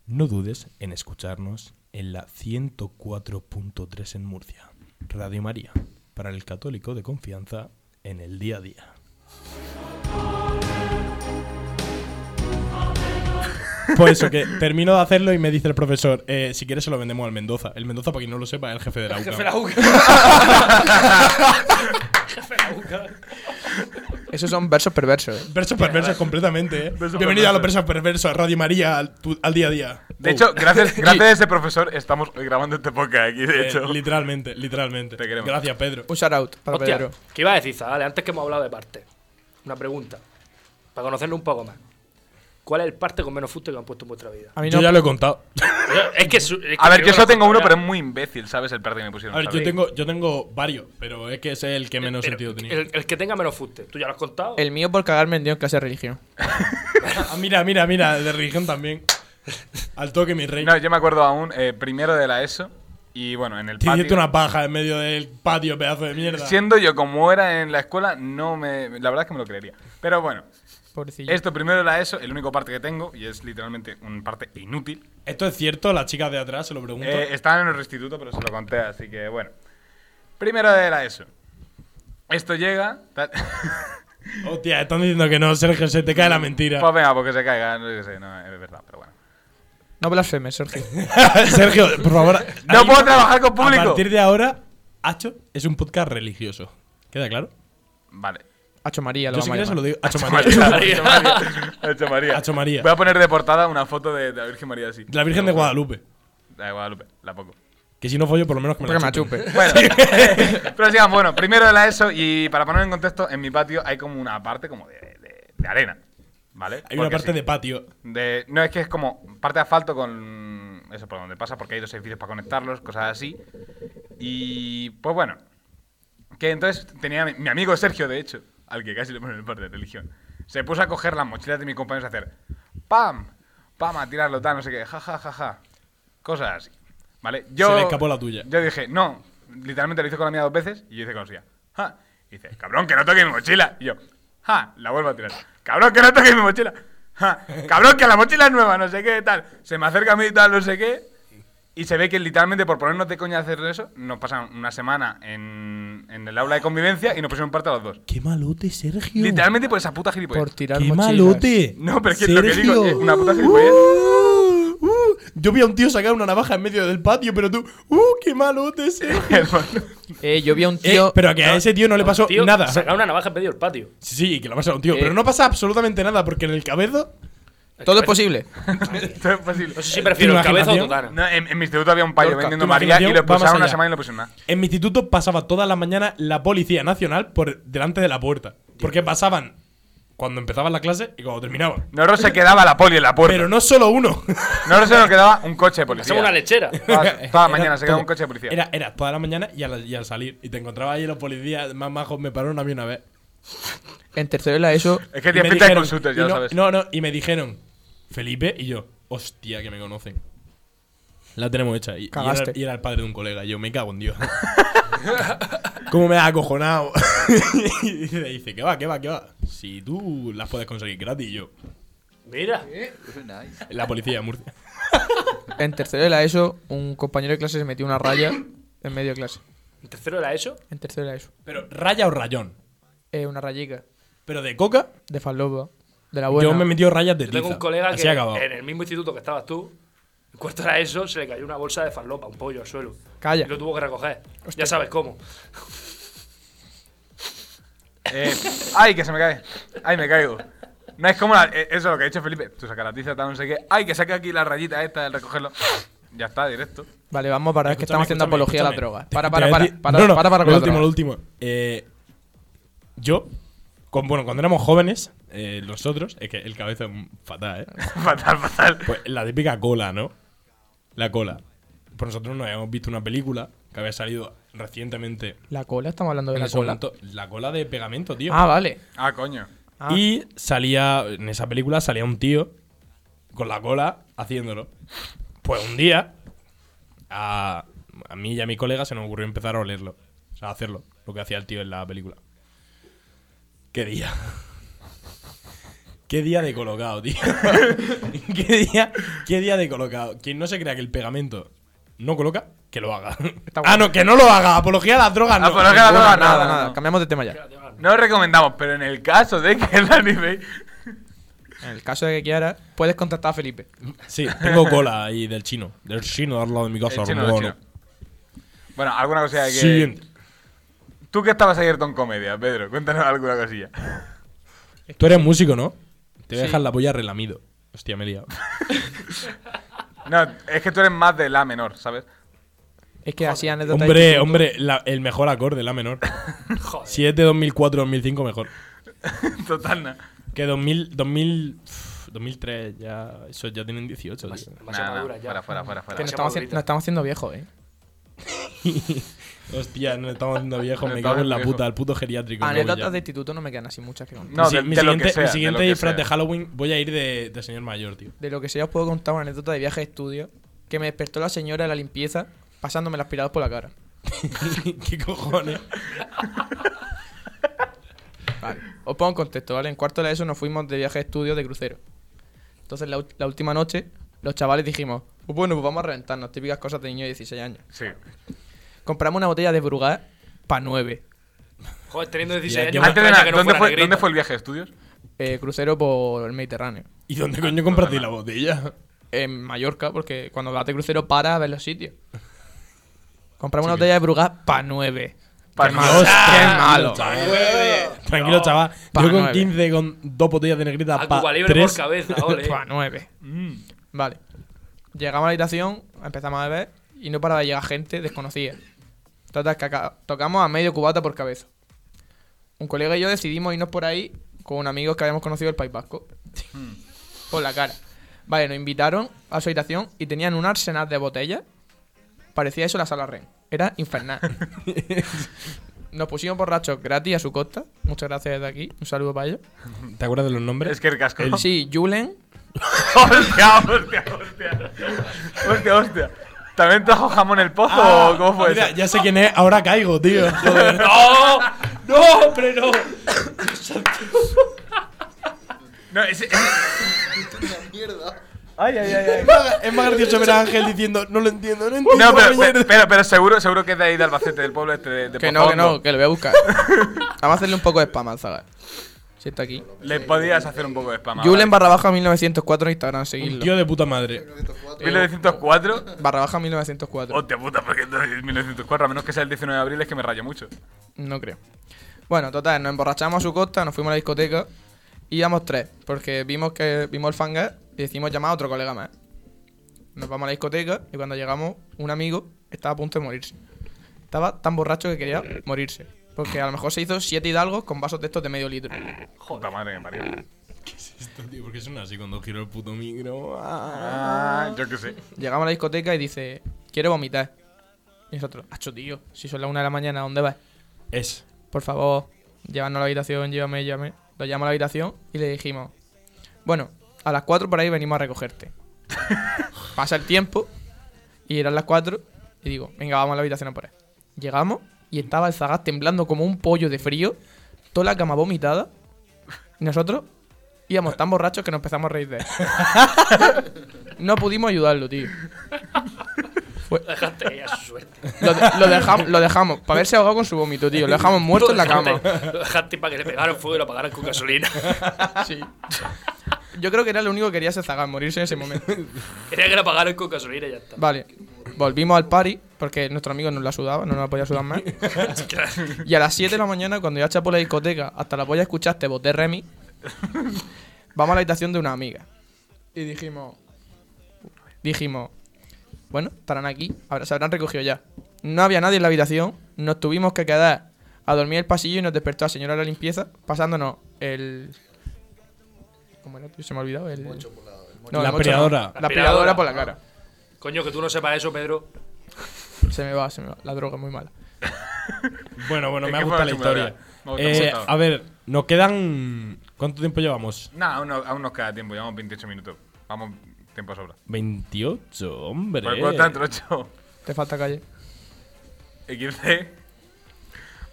Speaker 3: No dudes en escucharnos en la 104.3 en Murcia. Radio María, para el católico de confianza en el día a día. Por Pues eso que termino de hacerlo y me dice el profesor, eh, si quieres se lo vendemos al Mendoza. El Mendoza, para quien no lo sepa, es el jefe de la UCA.
Speaker 6: Jefe de la UCA. Jefe de la UCA.
Speaker 5: Esos son versos perversos, eh.
Speaker 3: Versos perversos completamente, eh.
Speaker 2: Versos
Speaker 3: Bienvenido a los
Speaker 2: perversos.
Speaker 3: versos perversos, a Radio María, al, tu- al día a día.
Speaker 2: De
Speaker 3: Oh.
Speaker 2: hecho, gracias, gracias a ese profesor estamos hoy grabando este podcast aquí, de
Speaker 3: Eh,
Speaker 2: hecho.
Speaker 3: literalmente, literalmente.
Speaker 2: Te queremos.
Speaker 3: Gracias, Pedro.
Speaker 5: Un shout out para
Speaker 6: Hostia,
Speaker 5: Pedro.
Speaker 6: ¿qué iba a decir, Zagale? Antes que hemos hablado de parte. una pregunta, para conocerlo un poco más. ¿Cuál es el parte con menos fuste que han puesto en vuestra vida?
Speaker 5: A mí
Speaker 3: Yo
Speaker 5: no.
Speaker 3: ya lo he contado.
Speaker 6: Es que, su- es que
Speaker 2: A ver, yo
Speaker 6: no
Speaker 2: solo tengo uno,
Speaker 6: era-
Speaker 2: pero es muy imbécil, ¿sabes? El parte que me pusieron.
Speaker 3: A ver, yo
Speaker 2: ¿sabes?
Speaker 3: tengo, yo tengo varios, pero es que ese es el que menos
Speaker 6: Pero
Speaker 3: sentido tenía.
Speaker 6: El, el que tenga menos fuste, tú ya lo has contado.
Speaker 5: El mío por cagarme en Dios en clase de religión.
Speaker 3: Ah, mira, mira, mira, el de religión también. Al toque, mi rey.
Speaker 2: No, yo me acuerdo aún, eh, primero de la ESO, y bueno, en el
Speaker 3: Te hiciste
Speaker 2: patio.
Speaker 3: una paja en medio del patio, pedazo de mierda.
Speaker 2: Siendo yo como era en la escuela, no me. La verdad es que me lo creería. Pero bueno,
Speaker 5: Pobrecillo.
Speaker 2: esto primero de la ESO, el único parte que tengo, y es literalmente un parte inútil.
Speaker 3: ¿Esto es cierto? Las chicas de atrás se lo pregunto.
Speaker 2: Eh, estaban en el instituto, pero se lo conté, así que bueno. Primero de la ESO. Esto llega. tal-
Speaker 3: Hostia, están diciendo que no, Sergio, se te cae la mentira.
Speaker 2: pues venga, porque se caiga, no sé, no, es verdad, pero bueno.
Speaker 5: No blasfemes, Sergio.
Speaker 3: Sergio, por favor.
Speaker 2: ¡No
Speaker 3: ahí-
Speaker 2: puedo trabajar con público!
Speaker 3: A partir de ahora, Hacho es un podcast religioso. ¿Queda claro?
Speaker 2: Vale.
Speaker 5: Hacho María, lo
Speaker 3: Yo si quieres
Speaker 5: vamos a
Speaker 3: se lo
Speaker 5: llamar.
Speaker 3: digo. Hacho
Speaker 2: María.
Speaker 3: María.
Speaker 2: Hacho María. Hacho María.
Speaker 3: Hacho María.
Speaker 2: Voy a poner de portada una foto de, de la Virgen María así.
Speaker 3: La Virgen de Guadalupe.
Speaker 2: La de Guadalupe, la poco.
Speaker 3: Que si no follo, por lo menos que me
Speaker 5: Porque
Speaker 3: la
Speaker 5: me la
Speaker 3: chupen.
Speaker 5: chupe.
Speaker 2: Bueno, pero sigamos, bueno, primero de la ESO y para poner en contexto, en mi patio hay como una parte como de, de- de arena, ¿vale?
Speaker 3: Hay una
Speaker 2: Porque
Speaker 3: parte
Speaker 2: sí.
Speaker 3: de patio.
Speaker 2: De- no, es que es como parte de asfalto con. Eso por donde pasa, porque hay dos edificios para conectarlos, cosas así. Y. Pues bueno. Que entonces tenía mi, mi amigo Sergio, de hecho, al que casi le ponen el parte de religión. Se puso a coger las mochilas de mis compañeros a hacer. ¡Pam! ¡Pam! A tirarlo, tal, no sé qué. Ja, ja, ja, ja. Cosas así. ¿Vale? Yo.
Speaker 3: Se le escapó la tuya.
Speaker 2: Yo dije, no. Literalmente lo hice con la mía dos veces y yo hice con Sofía. ¡Ja! Y dice, cabrón, que no toque mi mochila. Y yo, ¡ja! La vuelvo a tirar. ¡Cabrón, que no toque mi mochila! ¡Ja! ¡Cabrón, que la mochila es nueva! No sé qué, tal. Se me acerca a mí y tal, no sé qué. Y se ve que literalmente por ponernos de coña a hacer eso, nos pasan una semana en, en el aula de convivencia y nos pusieron parte a los dos.
Speaker 3: Qué malote, Sergio.
Speaker 2: Literalmente por esa puta gilipollez.
Speaker 5: Por tirar
Speaker 3: Qué
Speaker 5: mochilas.
Speaker 3: malote.
Speaker 2: No, pero es que lo que digo
Speaker 3: Sergio.
Speaker 2: es una puta gilipollez.
Speaker 3: Uh, uh. yo vi a un tío sacar una navaja en medio del patio, pero tú. ¡Uh, qué malote, Sergio!
Speaker 5: Eh, yo vi a un
Speaker 3: Eh,
Speaker 5: tío.
Speaker 3: pero que a ese tío no le pasó
Speaker 6: Tío,
Speaker 3: nada.
Speaker 6: Sacar una navaja en medio del patio.
Speaker 3: Sí, sí, que le pasa a un tío.
Speaker 5: Eh.
Speaker 3: Pero no pasa absolutamente nada, porque en el cabezo.
Speaker 5: Todo es posible.
Speaker 2: Esto es posible.
Speaker 6: No sé si prefiero
Speaker 3: ¿Tu
Speaker 6: el cabeza o
Speaker 3: Eh, imaginación?
Speaker 6: totana.
Speaker 2: No, en, en mi instituto había un payo
Speaker 5: Lorca,
Speaker 2: vendiendo
Speaker 3: tu
Speaker 2: María y
Speaker 3: imaginación
Speaker 2: lo
Speaker 3: va más
Speaker 2: expulsaron una
Speaker 3: allá.
Speaker 2: semana y no pusieron nada.
Speaker 3: En mi instituto pasaba toda la mañana la Policía Nacional por delante de la puerta. Porque pasaban cuando empezaban la clase y cuando terminaban.
Speaker 2: Nosotros se quedaba la poli en la puerta.
Speaker 3: Pero no solo uno.
Speaker 2: Nosotros se nos quedaba un coche de policía.
Speaker 6: Hacemos una lechera.
Speaker 2: Toda, toda la mañana
Speaker 3: Era
Speaker 2: se quedaba
Speaker 3: todo.
Speaker 2: un coche de policía.
Speaker 3: Era, era toda la mañana y al, y al salir. Y te encontraba ahí los policías más majos. Me pararon a mí una vez.
Speaker 5: En tercero de la ESO.
Speaker 2: Es que
Speaker 3: Y me
Speaker 2: tienes pinta de
Speaker 3: dijeron-
Speaker 2: consultas,
Speaker 3: y
Speaker 2: ya lo
Speaker 3: no-
Speaker 2: sabes.
Speaker 3: No, no, y me dijeron, Felipe, y yo, hostia, que me conocen. La tenemos hecha. Y, y era,
Speaker 5: Cagaste.
Speaker 3: y era el padre de un colega. Y yo, me cago en Dios. ¿Cómo me has acojonado? y dice, dice, que va, que va, que va. Si tú las puedes conseguir gratis, y yo.
Speaker 6: Mira,
Speaker 4: Nice.
Speaker 3: La policía de Murcia.
Speaker 5: En tercero de la ESO, un compañero de clase se metió una raya en medio de clase.
Speaker 6: en tercero era eso.
Speaker 5: En tercero de la ESO.
Speaker 3: Pero raya o rayón.
Speaker 5: Eh, una rayica.
Speaker 3: Pero de coca,
Speaker 5: De Falopa. De la buena.
Speaker 3: yo me he metido rayas de
Speaker 6: Yo tengo
Speaker 3: tiza.
Speaker 6: un colega
Speaker 3: Así
Speaker 6: que
Speaker 3: ha acabado.
Speaker 6: en el mismo instituto que estabas tú, en cuanto era eso, se le cayó una bolsa de farlopa, un pollo al suelo.
Speaker 5: Calla.
Speaker 6: Y lo tuvo que recoger. Ya sabes cómo.
Speaker 2: Eh, ay, que se me cae. Ay, me caigo. No es como la- eh, eso lo que ha dicho Felipe. Tú sacas la tiza, tal, no sé qué. Ay, que saca aquí la rayita esta del recogerlo. Ya está, directo.
Speaker 5: Vale, vamos a parar. Es que estamos haciendo
Speaker 3: Escúchame,
Speaker 5: apología a la
Speaker 3: escúchame.
Speaker 5: droga.
Speaker 3: Te-
Speaker 5: Para,
Speaker 3: te
Speaker 5: para,
Speaker 3: voy a
Speaker 5: para.
Speaker 3: decir-
Speaker 5: Para,
Speaker 3: no, no,
Speaker 5: para, para con
Speaker 3: lo
Speaker 5: la
Speaker 3: último,
Speaker 5: droga.
Speaker 3: lo último. Eh, yo, con- bueno, cuando éramos jóvenes, eh, nosotros, es que el cabeza es un- fatal, ¿eh?
Speaker 2: fatal, fatal.
Speaker 3: Pues la típica cola, ¿no? La cola. Pues nosotros no habíamos visto una película que había salido recientemente.
Speaker 5: La cola, estamos hablando de
Speaker 3: en
Speaker 5: la
Speaker 3: ese
Speaker 5: cola.
Speaker 3: momento. la cola de pegamento, tío.
Speaker 5: Ah, vale.
Speaker 2: Ah, coño.
Speaker 5: ah.
Speaker 3: Y salía, en esa película salía un tío con la cola haciéndolo. Pues un día, a, a mí y a mi colega se nos ocurrió empezar a olerlo. O sea, a hacerlo, lo que hacía el tío en la película. ¿Qué día? ¿Qué día de colocado, tío? ¿Qué día, ¿Qué día de colocado? Quien no se crea que el pegamento no coloca, que lo haga. Ah, no, que no lo haga. Apología a las drogas, no.
Speaker 2: Apología a las
Speaker 5: Nada,
Speaker 2: drogas,
Speaker 5: nada,
Speaker 2: no,
Speaker 5: nada.
Speaker 2: no.
Speaker 5: Cambiamos de tema ya.
Speaker 2: No lo recomendamos, pero en el caso de que Dani Bay.
Speaker 5: En el caso de que quieras, puedes contactar a Felipe.
Speaker 3: Sí, tengo cola ahí del chino. Del chino de al lado de mi casa.
Speaker 2: El chino, el
Speaker 3: hermano.
Speaker 2: chino. Bueno, alguna cosilla que.
Speaker 3: Siguiente.
Speaker 2: Tú que estabas ayer con comedia, Pedro, cuéntanos alguna cosilla.
Speaker 3: Tú eres músico, ¿no? Te voy a
Speaker 5: Sí.
Speaker 3: dejar la polla relamido. Hostia, me he liado.
Speaker 2: No, es que tú eres más de la menor, ¿sabes?
Speaker 5: Es que así anécdotas.
Speaker 3: hombre, hombre, la- el mejor acorde, la menor.
Speaker 6: Joder.
Speaker 3: Si es de 2004-2005, mejor.
Speaker 2: Total, na.
Speaker 3: Que 2000, 2000, uf, 2003 ya. Eso ya tienen 18,
Speaker 2: Pues
Speaker 3: tío.
Speaker 6: Demasiado
Speaker 2: Nah, nah,
Speaker 6: madura ya.
Speaker 2: Fuera, fuera, fuera.
Speaker 5: Que
Speaker 2: fuera.
Speaker 5: nos
Speaker 6: Demasiado
Speaker 5: estamos, haci-
Speaker 6: madurita.
Speaker 5: nos estamos haciendo viejos, eh.
Speaker 3: Hostia, nos estamos haciendo viejos.
Speaker 2: Nos
Speaker 3: me
Speaker 2: estamos
Speaker 3: cago en la
Speaker 2: haciendo
Speaker 3: puta, el puto geriátrico. me cago en
Speaker 5: Anécdotas
Speaker 3: ya.
Speaker 5: de instituto no me quedan así muchas que contar.
Speaker 2: No,
Speaker 3: Mi si-
Speaker 2: de-
Speaker 3: mi
Speaker 2: de lo que
Speaker 3: siguiente, mi
Speaker 2: sea, de lo
Speaker 3: siguiente
Speaker 2: que
Speaker 3: disfraz
Speaker 2: sea.
Speaker 3: de Halloween voy a ir de, de señor mayor, tío.
Speaker 5: De lo que sea, os puedo contar una anécdota de viaje de estudio que me despertó la señora de la limpieza pasándome las piradas por la cara.
Speaker 3: ¿Qué cojones?
Speaker 5: Vale. Os pongo en contexto, ¿vale? En cuarto de la ESO nos fuimos de viaje de estudio de crucero. Entonces, la, ul- la última noche, los chavales dijimos, "Pues bueno, pues vamos a reventarnos, típicas cosas de niño de 16 años.
Speaker 2: Sí.
Speaker 5: Compramos una botella de Brugal para 9.
Speaker 6: Joder, teniendo 16
Speaker 3: Tía,
Speaker 6: años.
Speaker 3: yo-
Speaker 6: me
Speaker 2: Antes de
Speaker 6: extraña
Speaker 2: nada,
Speaker 6: que no
Speaker 2: ¿dónde,
Speaker 6: fuera
Speaker 2: fue,
Speaker 6: negrita.
Speaker 2: ¿dónde fue el viaje de estudios?
Speaker 5: eh, crucero por el Mediterráneo.
Speaker 3: ¿Y dónde coño compraste la botella?
Speaker 5: En Mallorca, porque cuando vas de crucero para a ver los sitios. Compramos una botella de Brugal para 9.
Speaker 2: Pa'
Speaker 5: qué
Speaker 2: nueve.
Speaker 5: malo, qué malo.
Speaker 3: Tranquilo, chaval.
Speaker 5: Pa'
Speaker 3: Yo con
Speaker 5: nueve.
Speaker 3: 15, con dos botellas de negrita
Speaker 6: A
Speaker 3: para
Speaker 6: Cuba Libre por
Speaker 3: tres.
Speaker 6: cabeza, ole.
Speaker 5: Para 9. Vale. Llegamos a la habitación, empezamos a beber y no paraba de llegar gente desconocida. Total, que acá- tocamos a medio cubata por cabeza. Un colega y yo decidimos irnos por ahí con amigos que habíamos conocido del País Vasco. Por la cara. Vale, nos invitaron a su habitación y tenían un arsenal de botellas. Parecía eso la sala REN. Era infernal. Nos pusimos borrachos gratis a su costa. Muchas gracias desde aquí. Un saludo para ellos.
Speaker 3: ¿Te acuerdas de los nombres?
Speaker 2: Es que el casco.
Speaker 5: Sí, Julen,
Speaker 2: hostia, hostia, hostia. Hostia, hostia. ¿También trajo jamón el pozo
Speaker 3: Ah,
Speaker 2: o cómo fue
Speaker 3: mira,
Speaker 2: eso?
Speaker 3: ya sé quién es, ahora caigo, tío. Joder.
Speaker 6: ¡No! ¡No, hombre, no!
Speaker 2: No, ese- ese-
Speaker 4: mierda.
Speaker 2: Ay, ay, ay, ay.
Speaker 3: Es más- es más gracioso ver a Ángel diciendo, no lo entiendo, no entiendo.
Speaker 2: No, pero,
Speaker 3: mierda".
Speaker 2: pero, pero, pero seguro, seguro que es de ahí de Albacete, del pueblo este de, de
Speaker 5: Que no, que no,
Speaker 2: Pozondo.
Speaker 5: que lo voy a buscar. Vamos a hacerle un poco de spam al Zagar. Si está aquí.
Speaker 2: Le podías hacer un poco de spam. ahora.
Speaker 5: Julen barra baja 1904 en Instagram, seguidlo.
Speaker 3: Un tío de puta madre.
Speaker 2: 1904.
Speaker 5: Barra baja 1904.
Speaker 2: Hostia puta, porque entonces es 1904, a menos que sea el 19 de abril, es que me rayo mucho.
Speaker 5: No creo. Bueno, total, nos emborrachamos a su costa, nos fuimos a la discoteca. y Íbamos tres, porque vimos que vimos el fangar y decidimos llamar a otro colega más. Nos vamos a la discoteca y cuando llegamos, un amigo estaba a punto de morirse. Estaba tan borracho que quería morirse. Porque a lo mejor se hizo siete hidalgos con vasos de estos de medio litro.
Speaker 2: Puta madre que me parió.
Speaker 3: Esto, tío, porque suena así cuando giro el puto micro.
Speaker 2: Ah, yo qué sé.
Speaker 5: Llegamos a la discoteca y dice, quiero vomitar. Y nosotros, hacho tío, si son las una de la mañana, ¿a ¿dónde vas?
Speaker 3: Es.
Speaker 5: Por favor, llévanos a la habitación, llévame, llévame. Lo llamamos a la habitación y le dijimos, bueno, a las cuatro por ahí venimos a recogerte. Pasa el tiempo y eran las cuatro y digo, venga, vamos a la habitación a por ahí. Llegamos y estaba el zagat temblando como un pollo de frío, toda la cama vomitada y nosotros íbamos tan borrachos que nos empezamos a reír de él. No pudimos ayudarlo, tío.
Speaker 6: Dejaste ahí a su suerte.
Speaker 5: Lo, de- lo dejam- lo dejamos, para verse ahogado con su vómito, tío. Lo dejamos muerto en la cama.
Speaker 6: Lo dejaste para que le pegaran fuego y lo apagaran con gasolina.
Speaker 5: Sí. Yo creo que era lo único que quería ese zagal, morirse en ese momento.
Speaker 6: Quería que lo apagaran con gasolina y ya está.
Speaker 5: Vale. Volvimos al party, porque nuestro amigo nos la sudaba, no nos la podía sudar más. Y a las 7 de la mañana, cuando ya chapó la discoteca, hasta la polla escuchaste boté Remy, vamos a la habitación de una amiga. Y dijimos... Dijimos... Bueno, estarán aquí, ahora se habrán recogido ya. No había nadie en la habitación, nos tuvimos que quedar a dormir en el pasillo y nos despertó la señora de la limpieza, pasándonos el... ¿Cómo era? tío? Se me ha olvidado el... No, el
Speaker 3: La
Speaker 5: mocho no.
Speaker 3: aspiradora.
Speaker 5: La aspiradora por la cara.
Speaker 6: Coño, que tú no sepas eso, Pedro.
Speaker 5: Se me va, se me va. La droga es muy mala.
Speaker 3: Bueno, bueno,
Speaker 2: Es
Speaker 3: me ha
Speaker 2: que
Speaker 3: gustado
Speaker 2: fue
Speaker 3: la
Speaker 2: la
Speaker 3: historia.
Speaker 2: chula, me ha gustado, me ha
Speaker 3: Eh,
Speaker 2: gustado.
Speaker 3: a ver, nos quedan. ¿Cuánto tiempo llevamos?
Speaker 2: Nada, aún, no- aún nos queda tiempo, llevamos 28 minutos. Vamos, tiempo sobra.
Speaker 3: 28, hombre.
Speaker 2: ¿Por Pues, cuánto tanto, 8
Speaker 5: Te falta calle.
Speaker 2: y 15?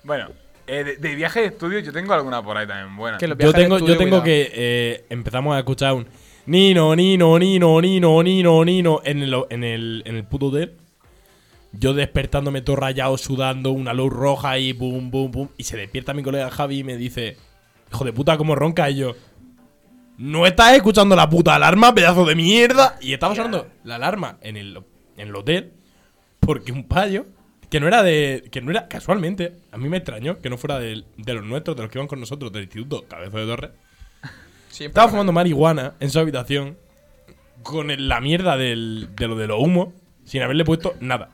Speaker 2: Bueno, eh, de, de viaje de estudio yo tengo alguna por ahí también buena.
Speaker 5: Que los
Speaker 3: yo
Speaker 5: viajes de
Speaker 3: tengo, yo
Speaker 5: estudio,
Speaker 3: tengo
Speaker 5: cuidado.
Speaker 3: que. eh, empezamos a escuchar un. Nino, Nino, Nino, Nino, Nino, Nino. En el, en el, en el puto hotel. Yo despertándome todo rayado, sudando, una luz roja y boom, boom, boom. Y se despierta mi colega Javi y me dice: Hijo de puta, cómo ronca. Y yo: ¿No estás escuchando la puta alarma, pedazo de mierda? Y estaba sonando la alarma en el, en el hotel. Porque un payo. Que no era de. Que no era. Casualmente. A mí me extrañó que no fuera del- de, los nuestros, de los que iban con nosotros, del instituto Cabezo de Torre.
Speaker 5: Siempre
Speaker 3: Estaba fumando marihuana en su habitación. Con el- la mierda del- de lo de los humos. Sin haberle puesto nada.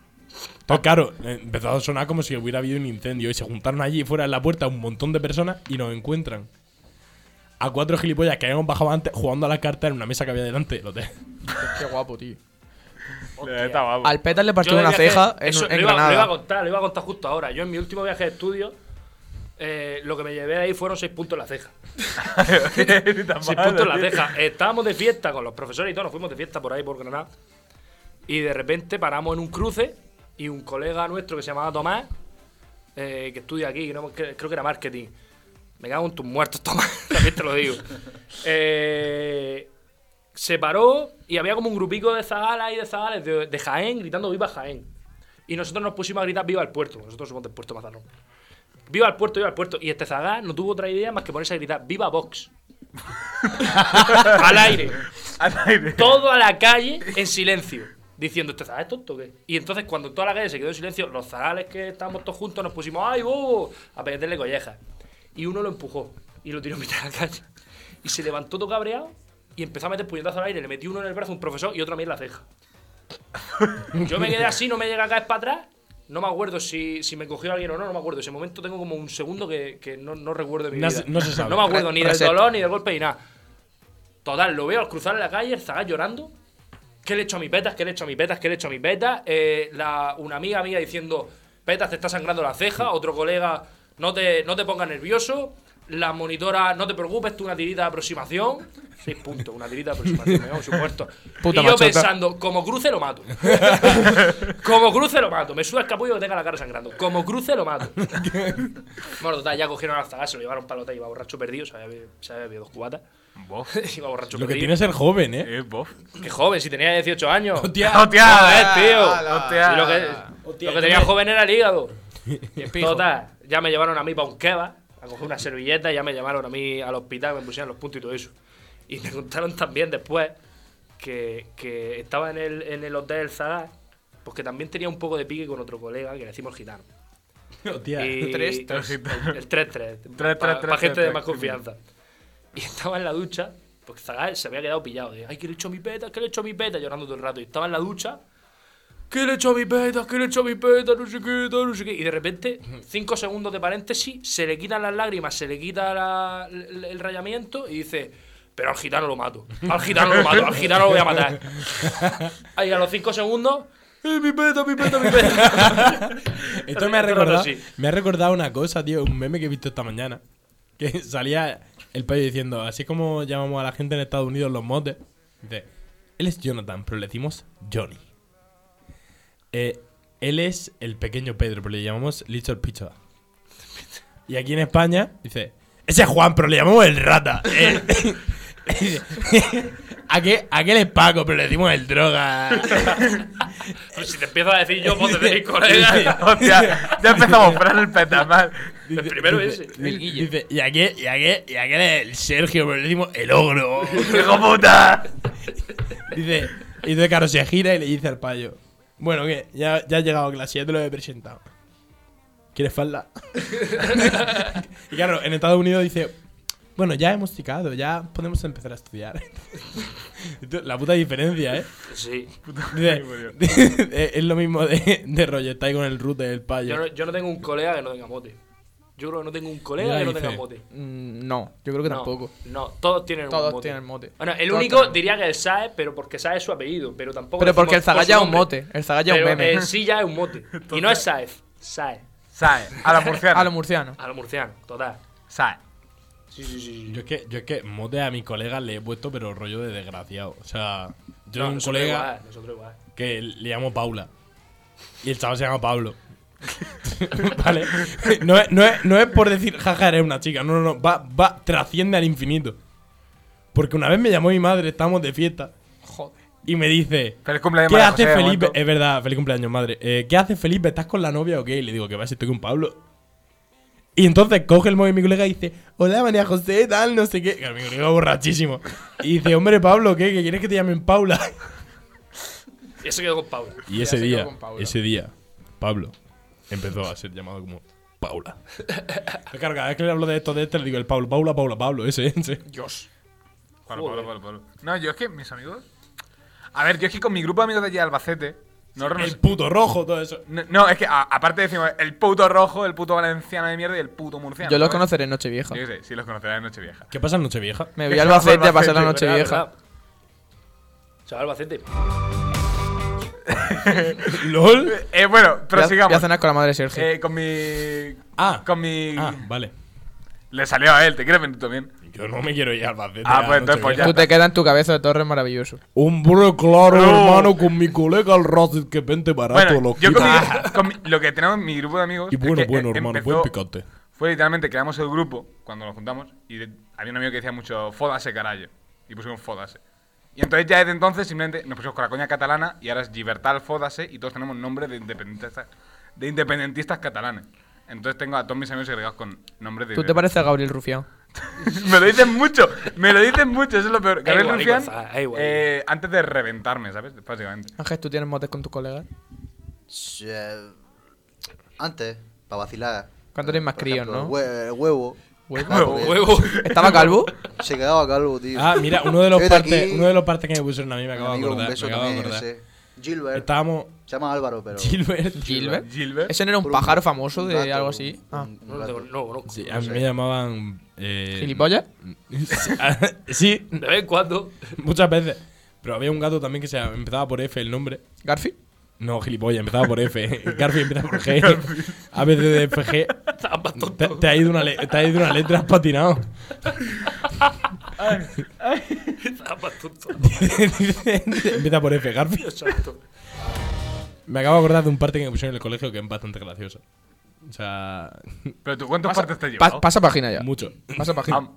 Speaker 3: Todo claro, eh, empezó a sonar como si hubiera habido un incendio. Y se juntaron allí fuera en la puerta un montón de personas y nos encuentran. a cuatro gilipollas que habíamos bajado antes jugando a las cartas en una mesa que había delante del hotel.
Speaker 5: Qué guapo, tío.
Speaker 6: Hostia.
Speaker 2: Eh, Está guapo.
Speaker 5: Al Petas le partió
Speaker 6: Yo de
Speaker 5: una
Speaker 6: viaje-
Speaker 5: ceja en,
Speaker 6: eso
Speaker 5: en
Speaker 6: lo iba, lo iba a
Speaker 5: Granada.
Speaker 6: contar, lo iba a contar justo ahora. Yo en mi último viaje de estudio, eh, lo que me llevé de ahí fueron seis puntos en la ceja.
Speaker 2: Ni tan
Speaker 6: Seis
Speaker 2: malo,
Speaker 6: puntos en la
Speaker 2: tío.
Speaker 6: ceja. Estábamos de fiesta con los profesores y todo, nos fuimos de fiesta por ahí, por Granada. Y de repente paramos en un cruce y un colega nuestro que se llamaba Tomás, eh, que estudia aquí, que no- que- creo que era marketing. Me cago en tus muertos, Tomás, también te lo digo. Eh, se paró y había como un grupico de zagalas y de zagales de, de Jaén gritando ¡Viva Jaén! Y nosotros nos pusimos a gritar ¡Viva el puerto! Nosotros somos del puerto Mazarrón. ¡Viva el puerto, viva el puerto! Y este zagal no tuvo otra idea más que ponerse a gritar ¡Viva Vox! Al aire.
Speaker 2: Al aire.
Speaker 6: Todo a la calle en silencio. Diciendo, ¿este zagal es tonto o qué? Y entonces, cuando toda la calle se quedó en silencio, los zagales que estábamos todos juntos nos pusimos ¡Ay, bobo! a pegarle collejas. Y uno lo empujó y lo tiró a mitad de la calle. Y se levantó todo cabreado y empezó a meter puñetazos al aire. Le metí uno en el brazo a un profesor y otro a mí en la ceja. Yo me quedé así, no me llega acá es para atrás. No me acuerdo si, si me cogió alguien o no, no me acuerdo. Ese momento tengo como un segundo que, que no, no recuerdo de mi
Speaker 3: No
Speaker 6: vida.
Speaker 3: se- no se sabe.
Speaker 6: No me acuerdo
Speaker 5: Re-
Speaker 6: ni del
Speaker 5: reset.
Speaker 6: dolor, ni del golpe, ni nada. Total, lo veo al cruzar la calle, el zagal llorando. ¿Qué le he hecho a mi petas? ¿Qué le he hecho a mi petas? ¿Qué le he hecho a mi petas? Eh, la- una amiga mía diciendo, petas, te está sangrando la ceja. Otro colega, no te, no te pongas nervioso. La monitora, no te preocupes, tú una tirita de aproximación. Seis puntos, una tirita de aproximación, me cago en su muerto.
Speaker 5: Puta
Speaker 6: y yo
Speaker 5: machota.
Speaker 6: pensando, como cruce lo mato. como cruce lo mato. Me suda el capullo que tenga la cara sangrando. Como cruce lo mato. bueno, total, ya cogieron al zagal, se lo llevaron para el hotel, iba borracho perdido, se había, bebido- se había bebido dos cubatas.
Speaker 2: Bof.
Speaker 6: iba borracho
Speaker 3: Lo que
Speaker 6: perdido.
Speaker 3: tiene es ser joven, ¿eh?
Speaker 2: Eh, bof.
Speaker 6: Qué joven, si tenía 18 años.
Speaker 3: Hostia.
Speaker 2: ¡Hostia! eh,
Speaker 6: Joder, tío.
Speaker 5: ala.
Speaker 2: Hostia.
Speaker 6: Y lo que, lo que tenía joven era el hígado.
Speaker 5: pijo.
Speaker 6: Total, ya me llevaron a mí para un kebab, a coger una servilleta, ya me llevaron a mí al hospital, me pusieron los puntos y todo eso. Y me contaron también después que, que estaba en el, en el hotel El Zagar, pues que también tenía un poco de pique con otro colega que le decimos gitano.
Speaker 3: Hostia.
Speaker 6: Y-
Speaker 5: Tres, tres.
Speaker 6: El el 3-3.
Speaker 2: Tres, tres,
Speaker 6: Para
Speaker 2: tres,
Speaker 6: gente
Speaker 2: tres,
Speaker 6: de más
Speaker 2: tres.
Speaker 6: confianza. Y estaba en la ducha, porque Zagal se había quedado pillado. De, Ay, que le he hecho a mi peta, que le he hecho a mi peta, llorando todo el rato. Y estaba en la ducha. ¿Qué le he hecho a mi peta? ¿Qué le he hecho a mi peta? No sé qué, tal, no sé qué. Y de repente, cinco segundos de paréntesis, se le quitan las lágrimas, se le quita la- el, el rayamiento y dice, pero al gitano lo mato. Al gitano lo mato, al gitano lo voy a matar. Ahí a los cinco segundos, ¡eh, mi peta, mi peta, mi peta!
Speaker 3: Esto me ha,
Speaker 6: Pero
Speaker 3: recordado,
Speaker 6: sí.
Speaker 3: me ha recordado una cosa, tío, un meme que he visto esta mañana. Que salía el payo diciendo, así como llamamos a la gente en Estados Unidos los motes. Dice, él es Jonathan, pero le decimos Johnny. Eh, él es el pequeño Pedro, pero le llamamos Little Pichoa. Y aquí en España, dice, ese es Juan, pero le llamamos el rata. Eh, dice, aquel, aquel es Paco, pero le decimos el droga.
Speaker 6: si te empiezo a decir yo, vos te tenéis colega.
Speaker 2: Hostia. Ya empezamos a el petamal.
Speaker 6: El primero ese.
Speaker 5: El Guille.
Speaker 3: Dice, y aquí, y aquí, y aquí es el Sergio, pero le decimos el ogro.
Speaker 2: ¡Hijo puta!
Speaker 3: dice, y entonces, claro, se gira y le dice al payo: Bueno, que ya, ya has llegado a clase, ya te lo he presentado. ¿Quieres falda? y claro, en Estados Unidos dice: Bueno, ya hemos chicado, ya podemos empezar a estudiar. Entonces, La puta diferencia, ¿eh?
Speaker 6: Sí.
Speaker 3: Dice, eh,
Speaker 2: por
Speaker 3: es lo mismo de, de rollo, está ahí con el root del payo.
Speaker 6: Yo no, yo no tengo un colega que no tenga mote. Yo creo que no tengo un colega
Speaker 3: Mira,
Speaker 6: que no
Speaker 3: dice.
Speaker 6: tenga mote.
Speaker 5: Mm, No, yo creo que
Speaker 6: No,
Speaker 5: tampoco.
Speaker 6: No, todos tienen un
Speaker 5: Todos
Speaker 6: mote.
Speaker 5: tienen mote.
Speaker 6: Bueno, el
Speaker 5: Todos
Speaker 6: único
Speaker 5: tenemos.
Speaker 6: diría que el SAE, pero porque SAE es su apellido, pero tampoco.
Speaker 5: Pero porque el
Speaker 6: decimos por
Speaker 5: Zagal
Speaker 6: su
Speaker 5: ya es un
Speaker 6: nombre.
Speaker 5: mote. El Zagal ya es un
Speaker 6: Pero,
Speaker 5: meme.
Speaker 6: eh, sí, ya es un mote. Y no es SAE. SAE.
Speaker 2: Sae. A la murciana.
Speaker 5: A los murcianos.
Speaker 6: A lo murciano, total.
Speaker 2: Sae.
Speaker 6: Sí, sí, sí. sí.
Speaker 3: Yo es que, yo es que mote a mi colega le he puesto, pero rollo de desgraciado. O sea, yo
Speaker 6: No,
Speaker 3: tengo un
Speaker 6: nosotros
Speaker 3: colega
Speaker 6: igual, nosotros igual.
Speaker 3: que le llamo Paula. Y el chaval se llama Pablo. vale. No es, no, es, no es por decir, jaja, eres una chica. No, no, no. Va, va, trasciende al infinito. Porque una vez me llamó mi madre, estábamos de fiesta.
Speaker 5: Joder.
Speaker 3: Y me dice,
Speaker 2: Feliz cumpleaños,
Speaker 3: ¿qué
Speaker 2: María
Speaker 3: hace
Speaker 2: José, de
Speaker 3: Felipe?
Speaker 2: momento.
Speaker 3: Es verdad, feliz cumpleaños, madre. Eh, ¿Qué hace Felipe? ¿Estás con la novia o qué? Y le digo, que va, si estoy con Pablo. Y entonces coge el móvil mi colega y dice, hola María José, tal, no sé qué. Claro, mi colega borrachísimo. Y dice, hombre Pablo, ¿qué? ¿Que quieres que te llamen Paula?
Speaker 6: Y eso quedó con Paula.
Speaker 3: Y ese
Speaker 5: se quedó
Speaker 3: día,
Speaker 5: con Paula.
Speaker 3: ese día, Pablo empezó a ser llamado como Paula. claro, cada vez que le hablo de esto, de este, le digo el Pablo, Paula, Paula, Pablo, ese, ese.
Speaker 5: Dios.
Speaker 2: Pablo, Pablo, Pablo, Pablo. No, yo es que mis amigos. A ver, yo es que con mi grupo de amigos de allí de Albacete. Nosotros nos-
Speaker 3: El puto rojo, todo eso.
Speaker 2: no, no, es que a- aparte decimos el puto rojo, el puto valenciano de mierda y el puto murciano.
Speaker 5: Yo los
Speaker 6: eh.
Speaker 2: ¿no?
Speaker 5: conoceré en Nochevieja.
Speaker 2: Yo qué sé, sí los conocerás en Nochevieja.
Speaker 3: ¿Qué pasa en Nochevieja?
Speaker 2: Que
Speaker 5: Me voy
Speaker 2: se
Speaker 5: a
Speaker 2: va a
Speaker 5: Albacete a pasar la
Speaker 2: Albacete,
Speaker 5: Nochevieja.
Speaker 6: Se va a Albacete.
Speaker 3: ¿LOL?
Speaker 2: Eh, bueno,
Speaker 5: Voy a-
Speaker 2: prosigamos.
Speaker 5: Voy a cenar con la madre de Sergio.
Speaker 2: Eh, con mi.
Speaker 3: Ah.
Speaker 2: Con mi.
Speaker 3: Ah, vale.
Speaker 2: Le salió a él, te quieres venir tú también.
Speaker 3: Yo no me quiero ir al Albacete.
Speaker 2: Ah,
Speaker 3: a
Speaker 2: pues entonces, pues
Speaker 3: Nochevieja.
Speaker 2: ya
Speaker 5: Tú
Speaker 2: está.
Speaker 5: te quedas en tu cabeza de torre maravilloso.
Speaker 3: Un burro claro,
Speaker 2: No.
Speaker 3: hermano, con mi colega el Racing que vente barato.
Speaker 2: Bueno,
Speaker 3: los
Speaker 2: yo con
Speaker 3: quitas.
Speaker 2: mi- con mi- lo que tenemos mi grupo de amigos.
Speaker 3: Ah. Y
Speaker 2: es
Speaker 3: bueno,
Speaker 2: que,
Speaker 3: bueno,
Speaker 2: eh,
Speaker 3: hermano,
Speaker 2: empezó-
Speaker 3: buen picante.
Speaker 2: Fue literalmente, creamos el grupo cuando nos juntamos y de- había un amigo que decía mucho fodase carajo. Y pusimos fodase. Y entonces ya desde entonces simplemente nos pusimos con la coña catalana y ahora es Gibertal fodase y todos tenemos nombre de independentistas, de independentistas catalanes. Entonces tengo a todos mis amigos agregados con nombres de...
Speaker 5: Tú te pareces a Gabriel Rufián.
Speaker 2: me lo dicen mucho, me lo dicen mucho, eso es lo peor. Gabriel
Speaker 6: igual,
Speaker 2: Rufián,
Speaker 6: Gonza, da igual.
Speaker 2: eh, antes de reventarme, ¿sabes? Básicamente.
Speaker 5: Ángel, ¿tú tienes motes con tus colegas?
Speaker 4: Sh- eh, Antes, para vacilar.
Speaker 5: Cuando eres más
Speaker 4: Por
Speaker 5: crío,
Speaker 4: ejemplo,
Speaker 5: ¿no?
Speaker 4: hue- el huevo.
Speaker 5: Huevo.
Speaker 4: Claro, que
Speaker 6: Huevo.
Speaker 5: ¿Estaba calvo?
Speaker 4: Se quedaba calvo, tío.
Speaker 3: Ah, mira, uno de los
Speaker 4: Este
Speaker 3: partes,
Speaker 4: aquí,
Speaker 3: uno de los partes que me pusieron a mí me
Speaker 4: mi
Speaker 3: acabo de
Speaker 4: amigo, un
Speaker 3: acordar.
Speaker 4: beso
Speaker 3: me acabo de
Speaker 4: también,
Speaker 3: acordar.
Speaker 4: ese. Gilbert.
Speaker 3: Estábamos
Speaker 4: Se llama Álvaro, pero.
Speaker 3: Gilbert.
Speaker 5: Gilbert.
Speaker 2: Gilbert.
Speaker 5: ¿Ese no era un
Speaker 4: Por
Speaker 5: pájaro famoso de
Speaker 4: gato,
Speaker 5: algo así?
Speaker 4: un-
Speaker 5: Ah.
Speaker 4: un
Speaker 6: No, lo
Speaker 4: gato.
Speaker 6: tengo- no lo conozco.
Speaker 3: Sí, a mí
Speaker 4: sé.
Speaker 3: me llamaban. Eh,
Speaker 5: ¿Gilipollas?
Speaker 3: sí,
Speaker 6: De vez en cuando.
Speaker 3: muchas veces. Pero había un gato también que se llamaba- empezaba por F el nombre.
Speaker 5: ¿Garfi?
Speaker 3: No, gilipollas, empezaba por F. Garfield empieza por G. A veces de F, G.
Speaker 6: Estabas más
Speaker 3: Te,
Speaker 6: tonto.
Speaker 3: te ha ido una le- te ha ido una letra, has patinado.
Speaker 6: Estabas más tonto.
Speaker 3: empieza por F, Garfield.
Speaker 6: Exacto.
Speaker 3: Me acabo de acordar de un parte que me pusieron en el colegio que es bastante gracioso. O sea,
Speaker 2: Pero tú, ¿cuántos partes te has
Speaker 5: Pa-
Speaker 2: llevado?
Speaker 5: pasa página ya.
Speaker 3: mucho.
Speaker 5: Pasa página.
Speaker 2: Ah,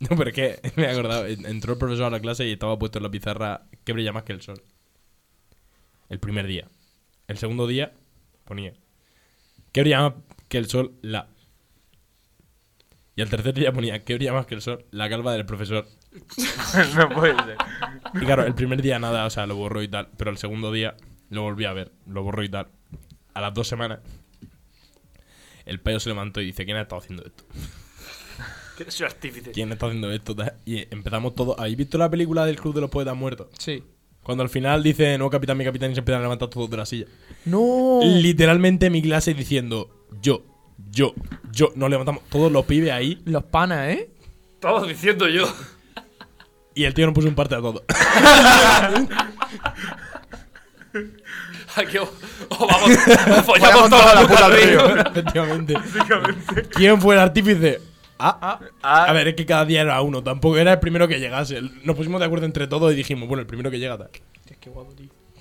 Speaker 3: No, pero es que me he acordado. En- Entró el profesor a la clase y estaba puesto en la pizarra que brilla más que el sol. El primer día. El segundo día ponía que brilla más que el sol la. Y el tercer día ponía que brilla más que el sol la calva del profesor.
Speaker 2: pues no puede ser.
Speaker 3: Y claro, el primer día nada, o sea, lo borró y tal. Pero el segundo día lo volví a ver, lo borró y tal. A las dos semanas, el payo se levantó y dice: ¿Quién ha estado haciendo esto?
Speaker 6: Que soy artífice.
Speaker 3: ¿Quién está haciendo esto? tal? Y empezamos todos. ¿Habéis visto la película del Club de los Poetas Muertos?
Speaker 5: Sí.
Speaker 3: Cuando al final dice, no, capitán, mi capitán, y se empiezan a levantar todos de la silla.
Speaker 5: ¡No!
Speaker 3: Literalmente mi clase diciendo, yo, yo, yo, nos levantamos todos los pibes ahí.
Speaker 5: Los panas, ¿eh?
Speaker 6: Estaba diciendo yo.
Speaker 3: Y el tío nos puso un parte a todos.
Speaker 6: Aquí os, os vamos. Os follamos toda la puta al río.
Speaker 3: Efectivamente. ¿Quién fue el artífice? Ah, ah.
Speaker 2: Ah.
Speaker 3: A ver, es que cada día era uno. Tampoco era el primero que llegase. Nos pusimos de acuerdo entre todos y dijimos, bueno, el primero que llega tal.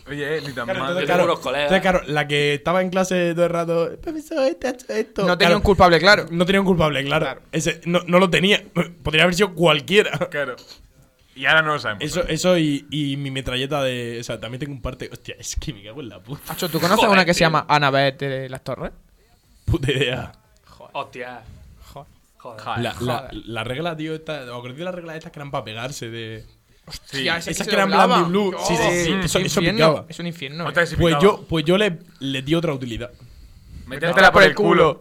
Speaker 2: Oye, eh, ni tan
Speaker 3: Claro,
Speaker 2: mal.
Speaker 3: entonces,
Speaker 6: tengo
Speaker 3: claro,
Speaker 6: unos colegas.
Speaker 3: entonces, claro, la que estaba en clase todo el rato, "El profesor, este ha hecho esto.
Speaker 5: No tenía
Speaker 3: Claro,
Speaker 5: un culpable, claro.
Speaker 3: No tenía un culpable, claro. Ese, no, no lo tenía. Podría haber sido cualquiera.
Speaker 2: Claro. Y ahora no lo sabemos.
Speaker 3: Eso, eso y, y mi metralleta de. O sea, también tengo un parte. Hostia, es que me cago en la puta,
Speaker 5: Hacho, ¿tú conoces
Speaker 6: Joder,
Speaker 5: una que se
Speaker 6: tío.
Speaker 5: llama Anabeth de las Torres?
Speaker 3: puta idea.
Speaker 6: Hostia.
Speaker 5: Joder.
Speaker 6: Joder.
Speaker 2: Joder.
Speaker 3: La, la, la regla, tío, esta. ¿Os acordáis de las reglas estas que eran para pegarse? de
Speaker 2: Sí.
Speaker 5: Ya,
Speaker 3: Esas
Speaker 5: se
Speaker 3: que eran
Speaker 5: doblaba.
Speaker 3: blanco y blue. Sí, sí, sí.
Speaker 5: Oh,
Speaker 3: Eso-
Speaker 5: es
Speaker 3: eso
Speaker 5: un
Speaker 3: picaba.
Speaker 5: infierno, Es un infierno.
Speaker 2: Otra
Speaker 5: eh.
Speaker 2: vez se
Speaker 3: Pues
Speaker 2: picaba.
Speaker 3: yo, pues yo le, le di otra utilidad.
Speaker 2: Métetela por el culo.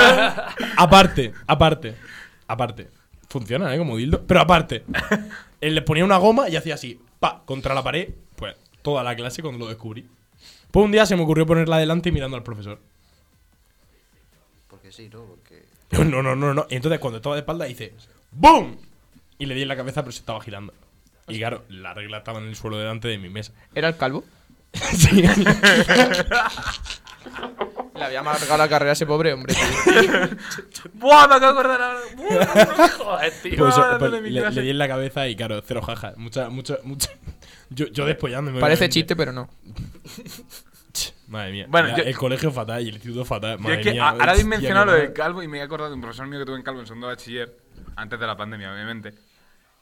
Speaker 3: Aparte, aparte, aparte. Funciona, ¿eh? Como dildo. Pero aparte, él le ponía una goma y hacía así, pa, contra la pared. Pues toda la clase cuando lo descubrí. Pues un día se me ocurrió ponerla delante y mirando al profesor.
Speaker 4: Porque sí, ¿no? Porque.
Speaker 3: No, no, no, no, no. Y entonces cuando estaba de espalda hice ¡BOOM! Y le di en la cabeza, pero se estaba girando. Y claro, la regla estaba en el suelo delante de mi mesa.
Speaker 5: ¿Era el calvo?
Speaker 3: Sí.
Speaker 5: Le había amargado la carrera a ese pobre hombre. tío.
Speaker 2: Buah, me acabo de acordar ahora. Buah.
Speaker 6: Joder, tío.
Speaker 3: Pues eso,
Speaker 2: dándole
Speaker 3: pues,
Speaker 2: Ah, mi
Speaker 3: le,
Speaker 2: clase.
Speaker 3: le di en la cabeza y claro, cero jaja. Mucha, mucha, mucha. Yo, yo despollándome.
Speaker 5: Parece
Speaker 3: obviamente.
Speaker 5: chiste, pero no.
Speaker 3: Madre mía.
Speaker 2: Bueno,
Speaker 3: La-
Speaker 2: yo-
Speaker 3: el colegio fatal y el instituto fatal.
Speaker 2: Yo
Speaker 3: Madre
Speaker 2: es que
Speaker 3: mía.
Speaker 2: a- ahora habéis
Speaker 3: Hostia,
Speaker 2: mencionado lo
Speaker 3: qué
Speaker 2: del
Speaker 3: mal.
Speaker 2: calvo y me he acordado de un profesor mío que tuve en calvo en segundo de bachiller, antes de la pandemia, obviamente,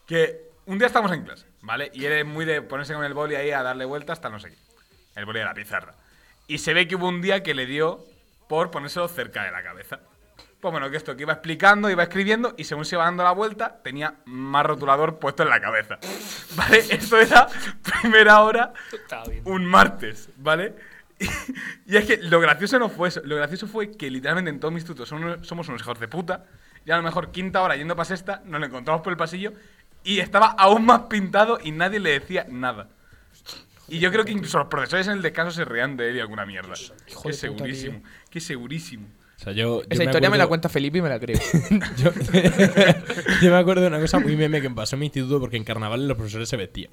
Speaker 2: que un día estamos en clase, ¿vale? Y él es muy de ponerse con el boli ahí a darle vueltas hasta no sé qué. El boli de la pizarra. Y se ve que hubo un día que le dio por ponérselo cerca de la cabeza. Pues bueno, que esto que iba explicando, iba escribiendo y según se iba dando la vuelta, tenía más rotulador puesto en la cabeza. ¿Vale? Esto era primera hora
Speaker 6: Estaba bien.
Speaker 2: un martes, ¿vale? Y es que lo gracioso no fue eso. Lo gracioso fue que literalmente en todo mi instituto son unos- somos unos hijos de puta. Y a lo mejor quinta hora yendo para sexta, nos lo encontramos por el pasillo y estaba aún más pintado y nadie le decía nada. Y yo creo que incluso los profesores en el descanso se reían de él y alguna mierda.
Speaker 5: Hijo
Speaker 2: Qué
Speaker 5: de puta, tío.
Speaker 2: segurísimo, qué segurísimo.
Speaker 3: O sea, yo, yo
Speaker 5: Esa historia me la
Speaker 3: acuerdo-
Speaker 5: cuenta Felipe y me la creo.
Speaker 3: yo, yo me acuerdo de una cosa muy meme que me pasó en mi instituto porque en carnaval los profesores se vestían.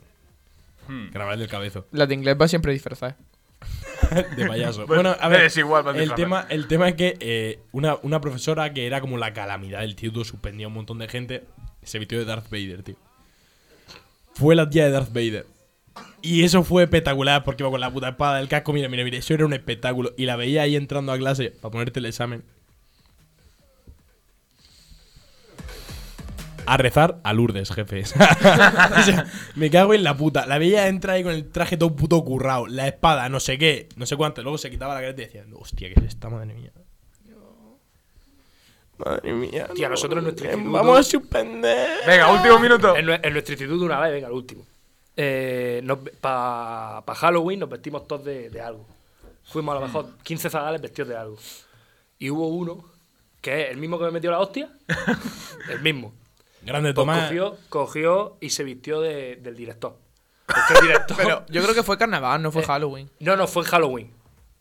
Speaker 2: Hmm.
Speaker 3: Carnaval del cabezo.
Speaker 5: La de inglés va siempre disfrazada.
Speaker 3: de payaso.
Speaker 2: Bueno,
Speaker 3: Bueno, a ver.
Speaker 2: es igual, vas
Speaker 3: el
Speaker 2: disfrazado.
Speaker 3: tema, el tema es que eh, una, una profesora que era como la calamidad del tío, suspendía a un montón de gente, se vistió de Darth Vader, tío. Fue la tía de Darth Vader. Y eso fue espectacular porque iba con la puta espada del casco. Mira, mira, mira, eso era un espectáculo. Y la veía ahí entrando a clase para ponerte el examen. A rezar a Lourdes, jefe. O sea, me cago en la puta. La veía entrar ahí con el traje todo puto currado, la espada, no sé qué, no sé cuánto. Luego se quitaba la careta y decía, hostia, ¿qué es esta madre mía? Madre mía. eh,
Speaker 6: Tía, nosotros en nuestro instituto-
Speaker 3: Vamos a suspender.
Speaker 2: Venga, último minuto.
Speaker 6: En, nue- en nuestro instituto una vez, venga, el último. Eh, Para Halloween nos vestimos todos de, de algo. Fuimos a lo mejor 15 zagales vestidos de algo. Y hubo uno, que es el mismo que me metió la hostia, el mismo.
Speaker 3: Grande
Speaker 6: Pues
Speaker 3: Tomás.
Speaker 6: cogió, cogió y se vistió de- del director. Porque el director...
Speaker 5: Yo creo que fue carnaval, no fue Halloween.
Speaker 6: No, no, fue en Halloween.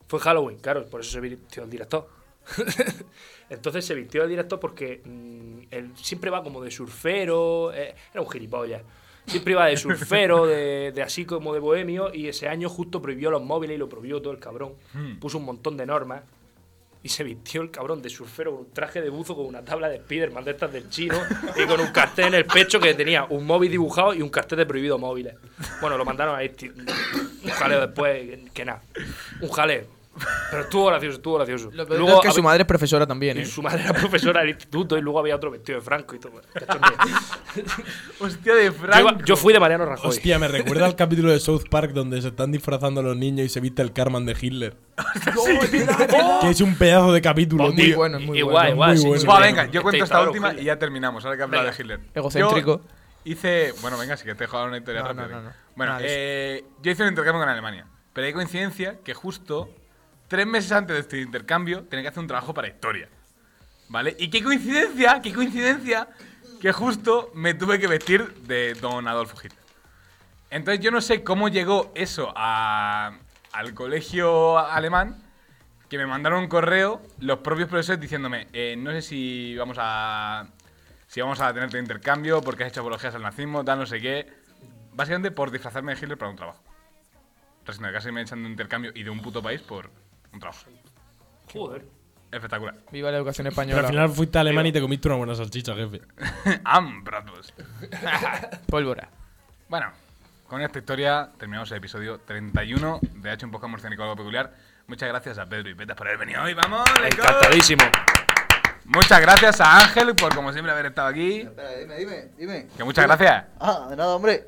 Speaker 6: Fue en Halloween, claro, por eso se vistió el director. Entonces se vistió el director porque mm, él siempre va como de surfero, eh, era un gilipollas. Siempre iba de surfero, de, de así como de bohemio, y ese año justo prohibió los móviles y lo prohibió todo el cabrón. Puso un montón de normas y se vistió el cabrón de surfero con un traje de buzo, con una tabla de Spiderman de estas del chino y con un cartel en el pecho que tenía un móvil dibujado y un cartel de prohibido móviles. Bueno, lo mandaron a este. Un jaleo después, que nada. Un jaleo. Pero estuvo gracioso, estuvo gracioso.
Speaker 5: Lo peor es que
Speaker 6: hab-
Speaker 5: su madre es profesora también,
Speaker 6: y
Speaker 5: ¿eh?
Speaker 6: su madre era profesora del instituto y luego había otro vestido de Franco y todo. Cachondeo.
Speaker 2: Hostia de
Speaker 6: Yo,
Speaker 2: Franco.
Speaker 6: iba- yo fui de Mariano Rajoy.
Speaker 3: Hostia, me recuerda al capítulo de South Park donde se están disfrazando los niños y se viste el Carman de Hitler. que es un pedazo de capítulo,
Speaker 5: Muy
Speaker 3: tío.
Speaker 5: bueno, es muy bueno.
Speaker 6: Igual, igual.
Speaker 3: muy
Speaker 6: sí,
Speaker 3: bueno.
Speaker 6: sí,
Speaker 2: Va,
Speaker 6: sí.
Speaker 2: venga, yo cuento esta
Speaker 6: Espectador
Speaker 2: última
Speaker 6: Hitler.
Speaker 2: y ya terminamos. Ahora que habla de Hitler.
Speaker 5: Egocéntrico.
Speaker 2: Yo hice. Bueno, venga, si que te he jugado una historia
Speaker 5: No, no,
Speaker 2: rápida.
Speaker 5: no, no.
Speaker 2: Bueno,
Speaker 5: Nada de
Speaker 2: eh, yo hice un intercambio con Alemania. Pero hay coincidencia que justo tres meses antes de este intercambio tenía que hacer un trabajo para historia. ¿Vale? Y qué coincidencia, qué coincidencia que justo me tuve que vestir de don Adolfo Hitler. Entonces yo no sé cómo llegó eso a- al colegio alemán, que me mandaron un correo los propios profesores diciéndome, eh, no sé si vamos a si vamos a tenerte intercambio porque has hecho apologías al nazismo, tal, no sé qué. Básicamente por disfrazarme de Hitler para un trabajo. Resulta que casi me echan de un intercambio y de un puto país por un trabajo.
Speaker 6: Joder.
Speaker 2: Espectacular.
Speaker 5: Viva la educación
Speaker 3: Pero al
Speaker 5: española.
Speaker 3: final fuiste a Alemania y te comiste una buena salchicha, jefe.
Speaker 2: Am, Bratwurst.
Speaker 5: Pólvora.
Speaker 2: Bueno, con esta historia terminamos el episodio 31 de H. Un Podcast Murciánico Algo Peculiar. Muchas gracias a Pedro y Petas por haber venido hoy. ¡Vamos! let's go!
Speaker 6: Encantadísimo.
Speaker 2: Muchas gracias a Ángel por, como siempre, haber estado aquí.
Speaker 4: Espera, dime, dime, dime.
Speaker 2: Que muchas gracias.
Speaker 4: Ah, de nada, hombre.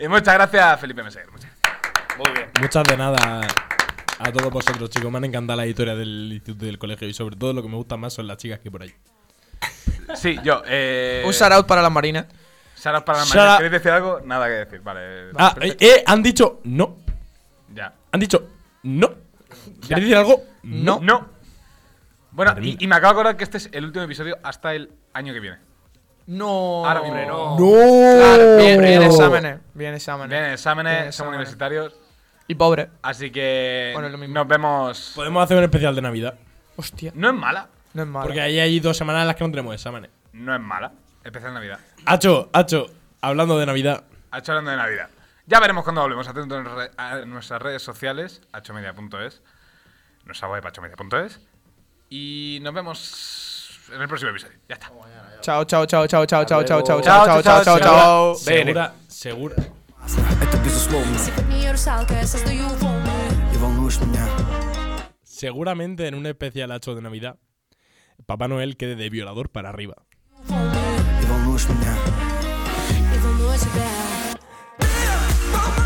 Speaker 2: y muchas gracias a Felipe Meseguer. Muchas gracias.
Speaker 6: Muy bien.
Speaker 3: Muchas de nada a todos vosotros, chicos. Me han encantado las historias del instituto y del colegio. Y sobre todo lo que me gusta más son las chicas que por ahí.
Speaker 2: Sí, yo. Eh,
Speaker 5: Un shout out para la Marina.
Speaker 2: Shout out para la
Speaker 3: Shout
Speaker 2: Marina.
Speaker 3: out.
Speaker 2: ¿Queréis decir algo? Nada que decir. Vale.
Speaker 3: Ah, eh, eh, han dicho no.
Speaker 2: Ya.
Speaker 3: Han dicho no. ¿Quieres decir algo?
Speaker 2: No. Bueno,
Speaker 3: Madre
Speaker 2: y,
Speaker 3: mía.
Speaker 2: y me acabo de acordar que este es el último episodio hasta el año que viene.
Speaker 5: No.
Speaker 2: Ahora mismo. no.
Speaker 5: Claro,
Speaker 3: No.
Speaker 5: bien, bien exámenes. Bien exámenes.
Speaker 2: Vienen exámenes, somos
Speaker 5: Vienen exámenes.
Speaker 2: universitarios.
Speaker 5: Y pobre.
Speaker 2: Así que.
Speaker 5: Bueno, lo mismo.
Speaker 2: Nos vemos.
Speaker 3: Podemos hacer un especial de Navidad.
Speaker 5: Hostia.
Speaker 2: No es mala.
Speaker 5: No es malo.
Speaker 3: Porque ahí hay dos semanas en las que no tenemos exámenes.
Speaker 2: No es mala. Especial Navidad.
Speaker 3: Hacho, Hacho, hablando de Navidad.
Speaker 2: Hacho hablando de Navidad. Ya veremos cuando volvemos. Atentos en re- a nuestras redes sociales, hachomedia.es, nuestra web hachomedia.es. Y nos vemos en el próximo episodio. Ya está.
Speaker 5: Chao, chao, chao, chao, chao, chao, chao, chao,
Speaker 6: luego.
Speaker 5: chao, chao, chao, chao, chao.
Speaker 3: Segura, segura.
Speaker 1: Это безусловно,
Speaker 7: Сегодня я русалка, я создаю волны
Speaker 1: и волнуешь меня.
Speaker 3: Seguramente en un especial Hacho de Navidad, Papá Noel quede de violador para arriba.
Speaker 7: волны
Speaker 1: Ты волнуешь меня.
Speaker 7: И волную тебя
Speaker 8: Mama,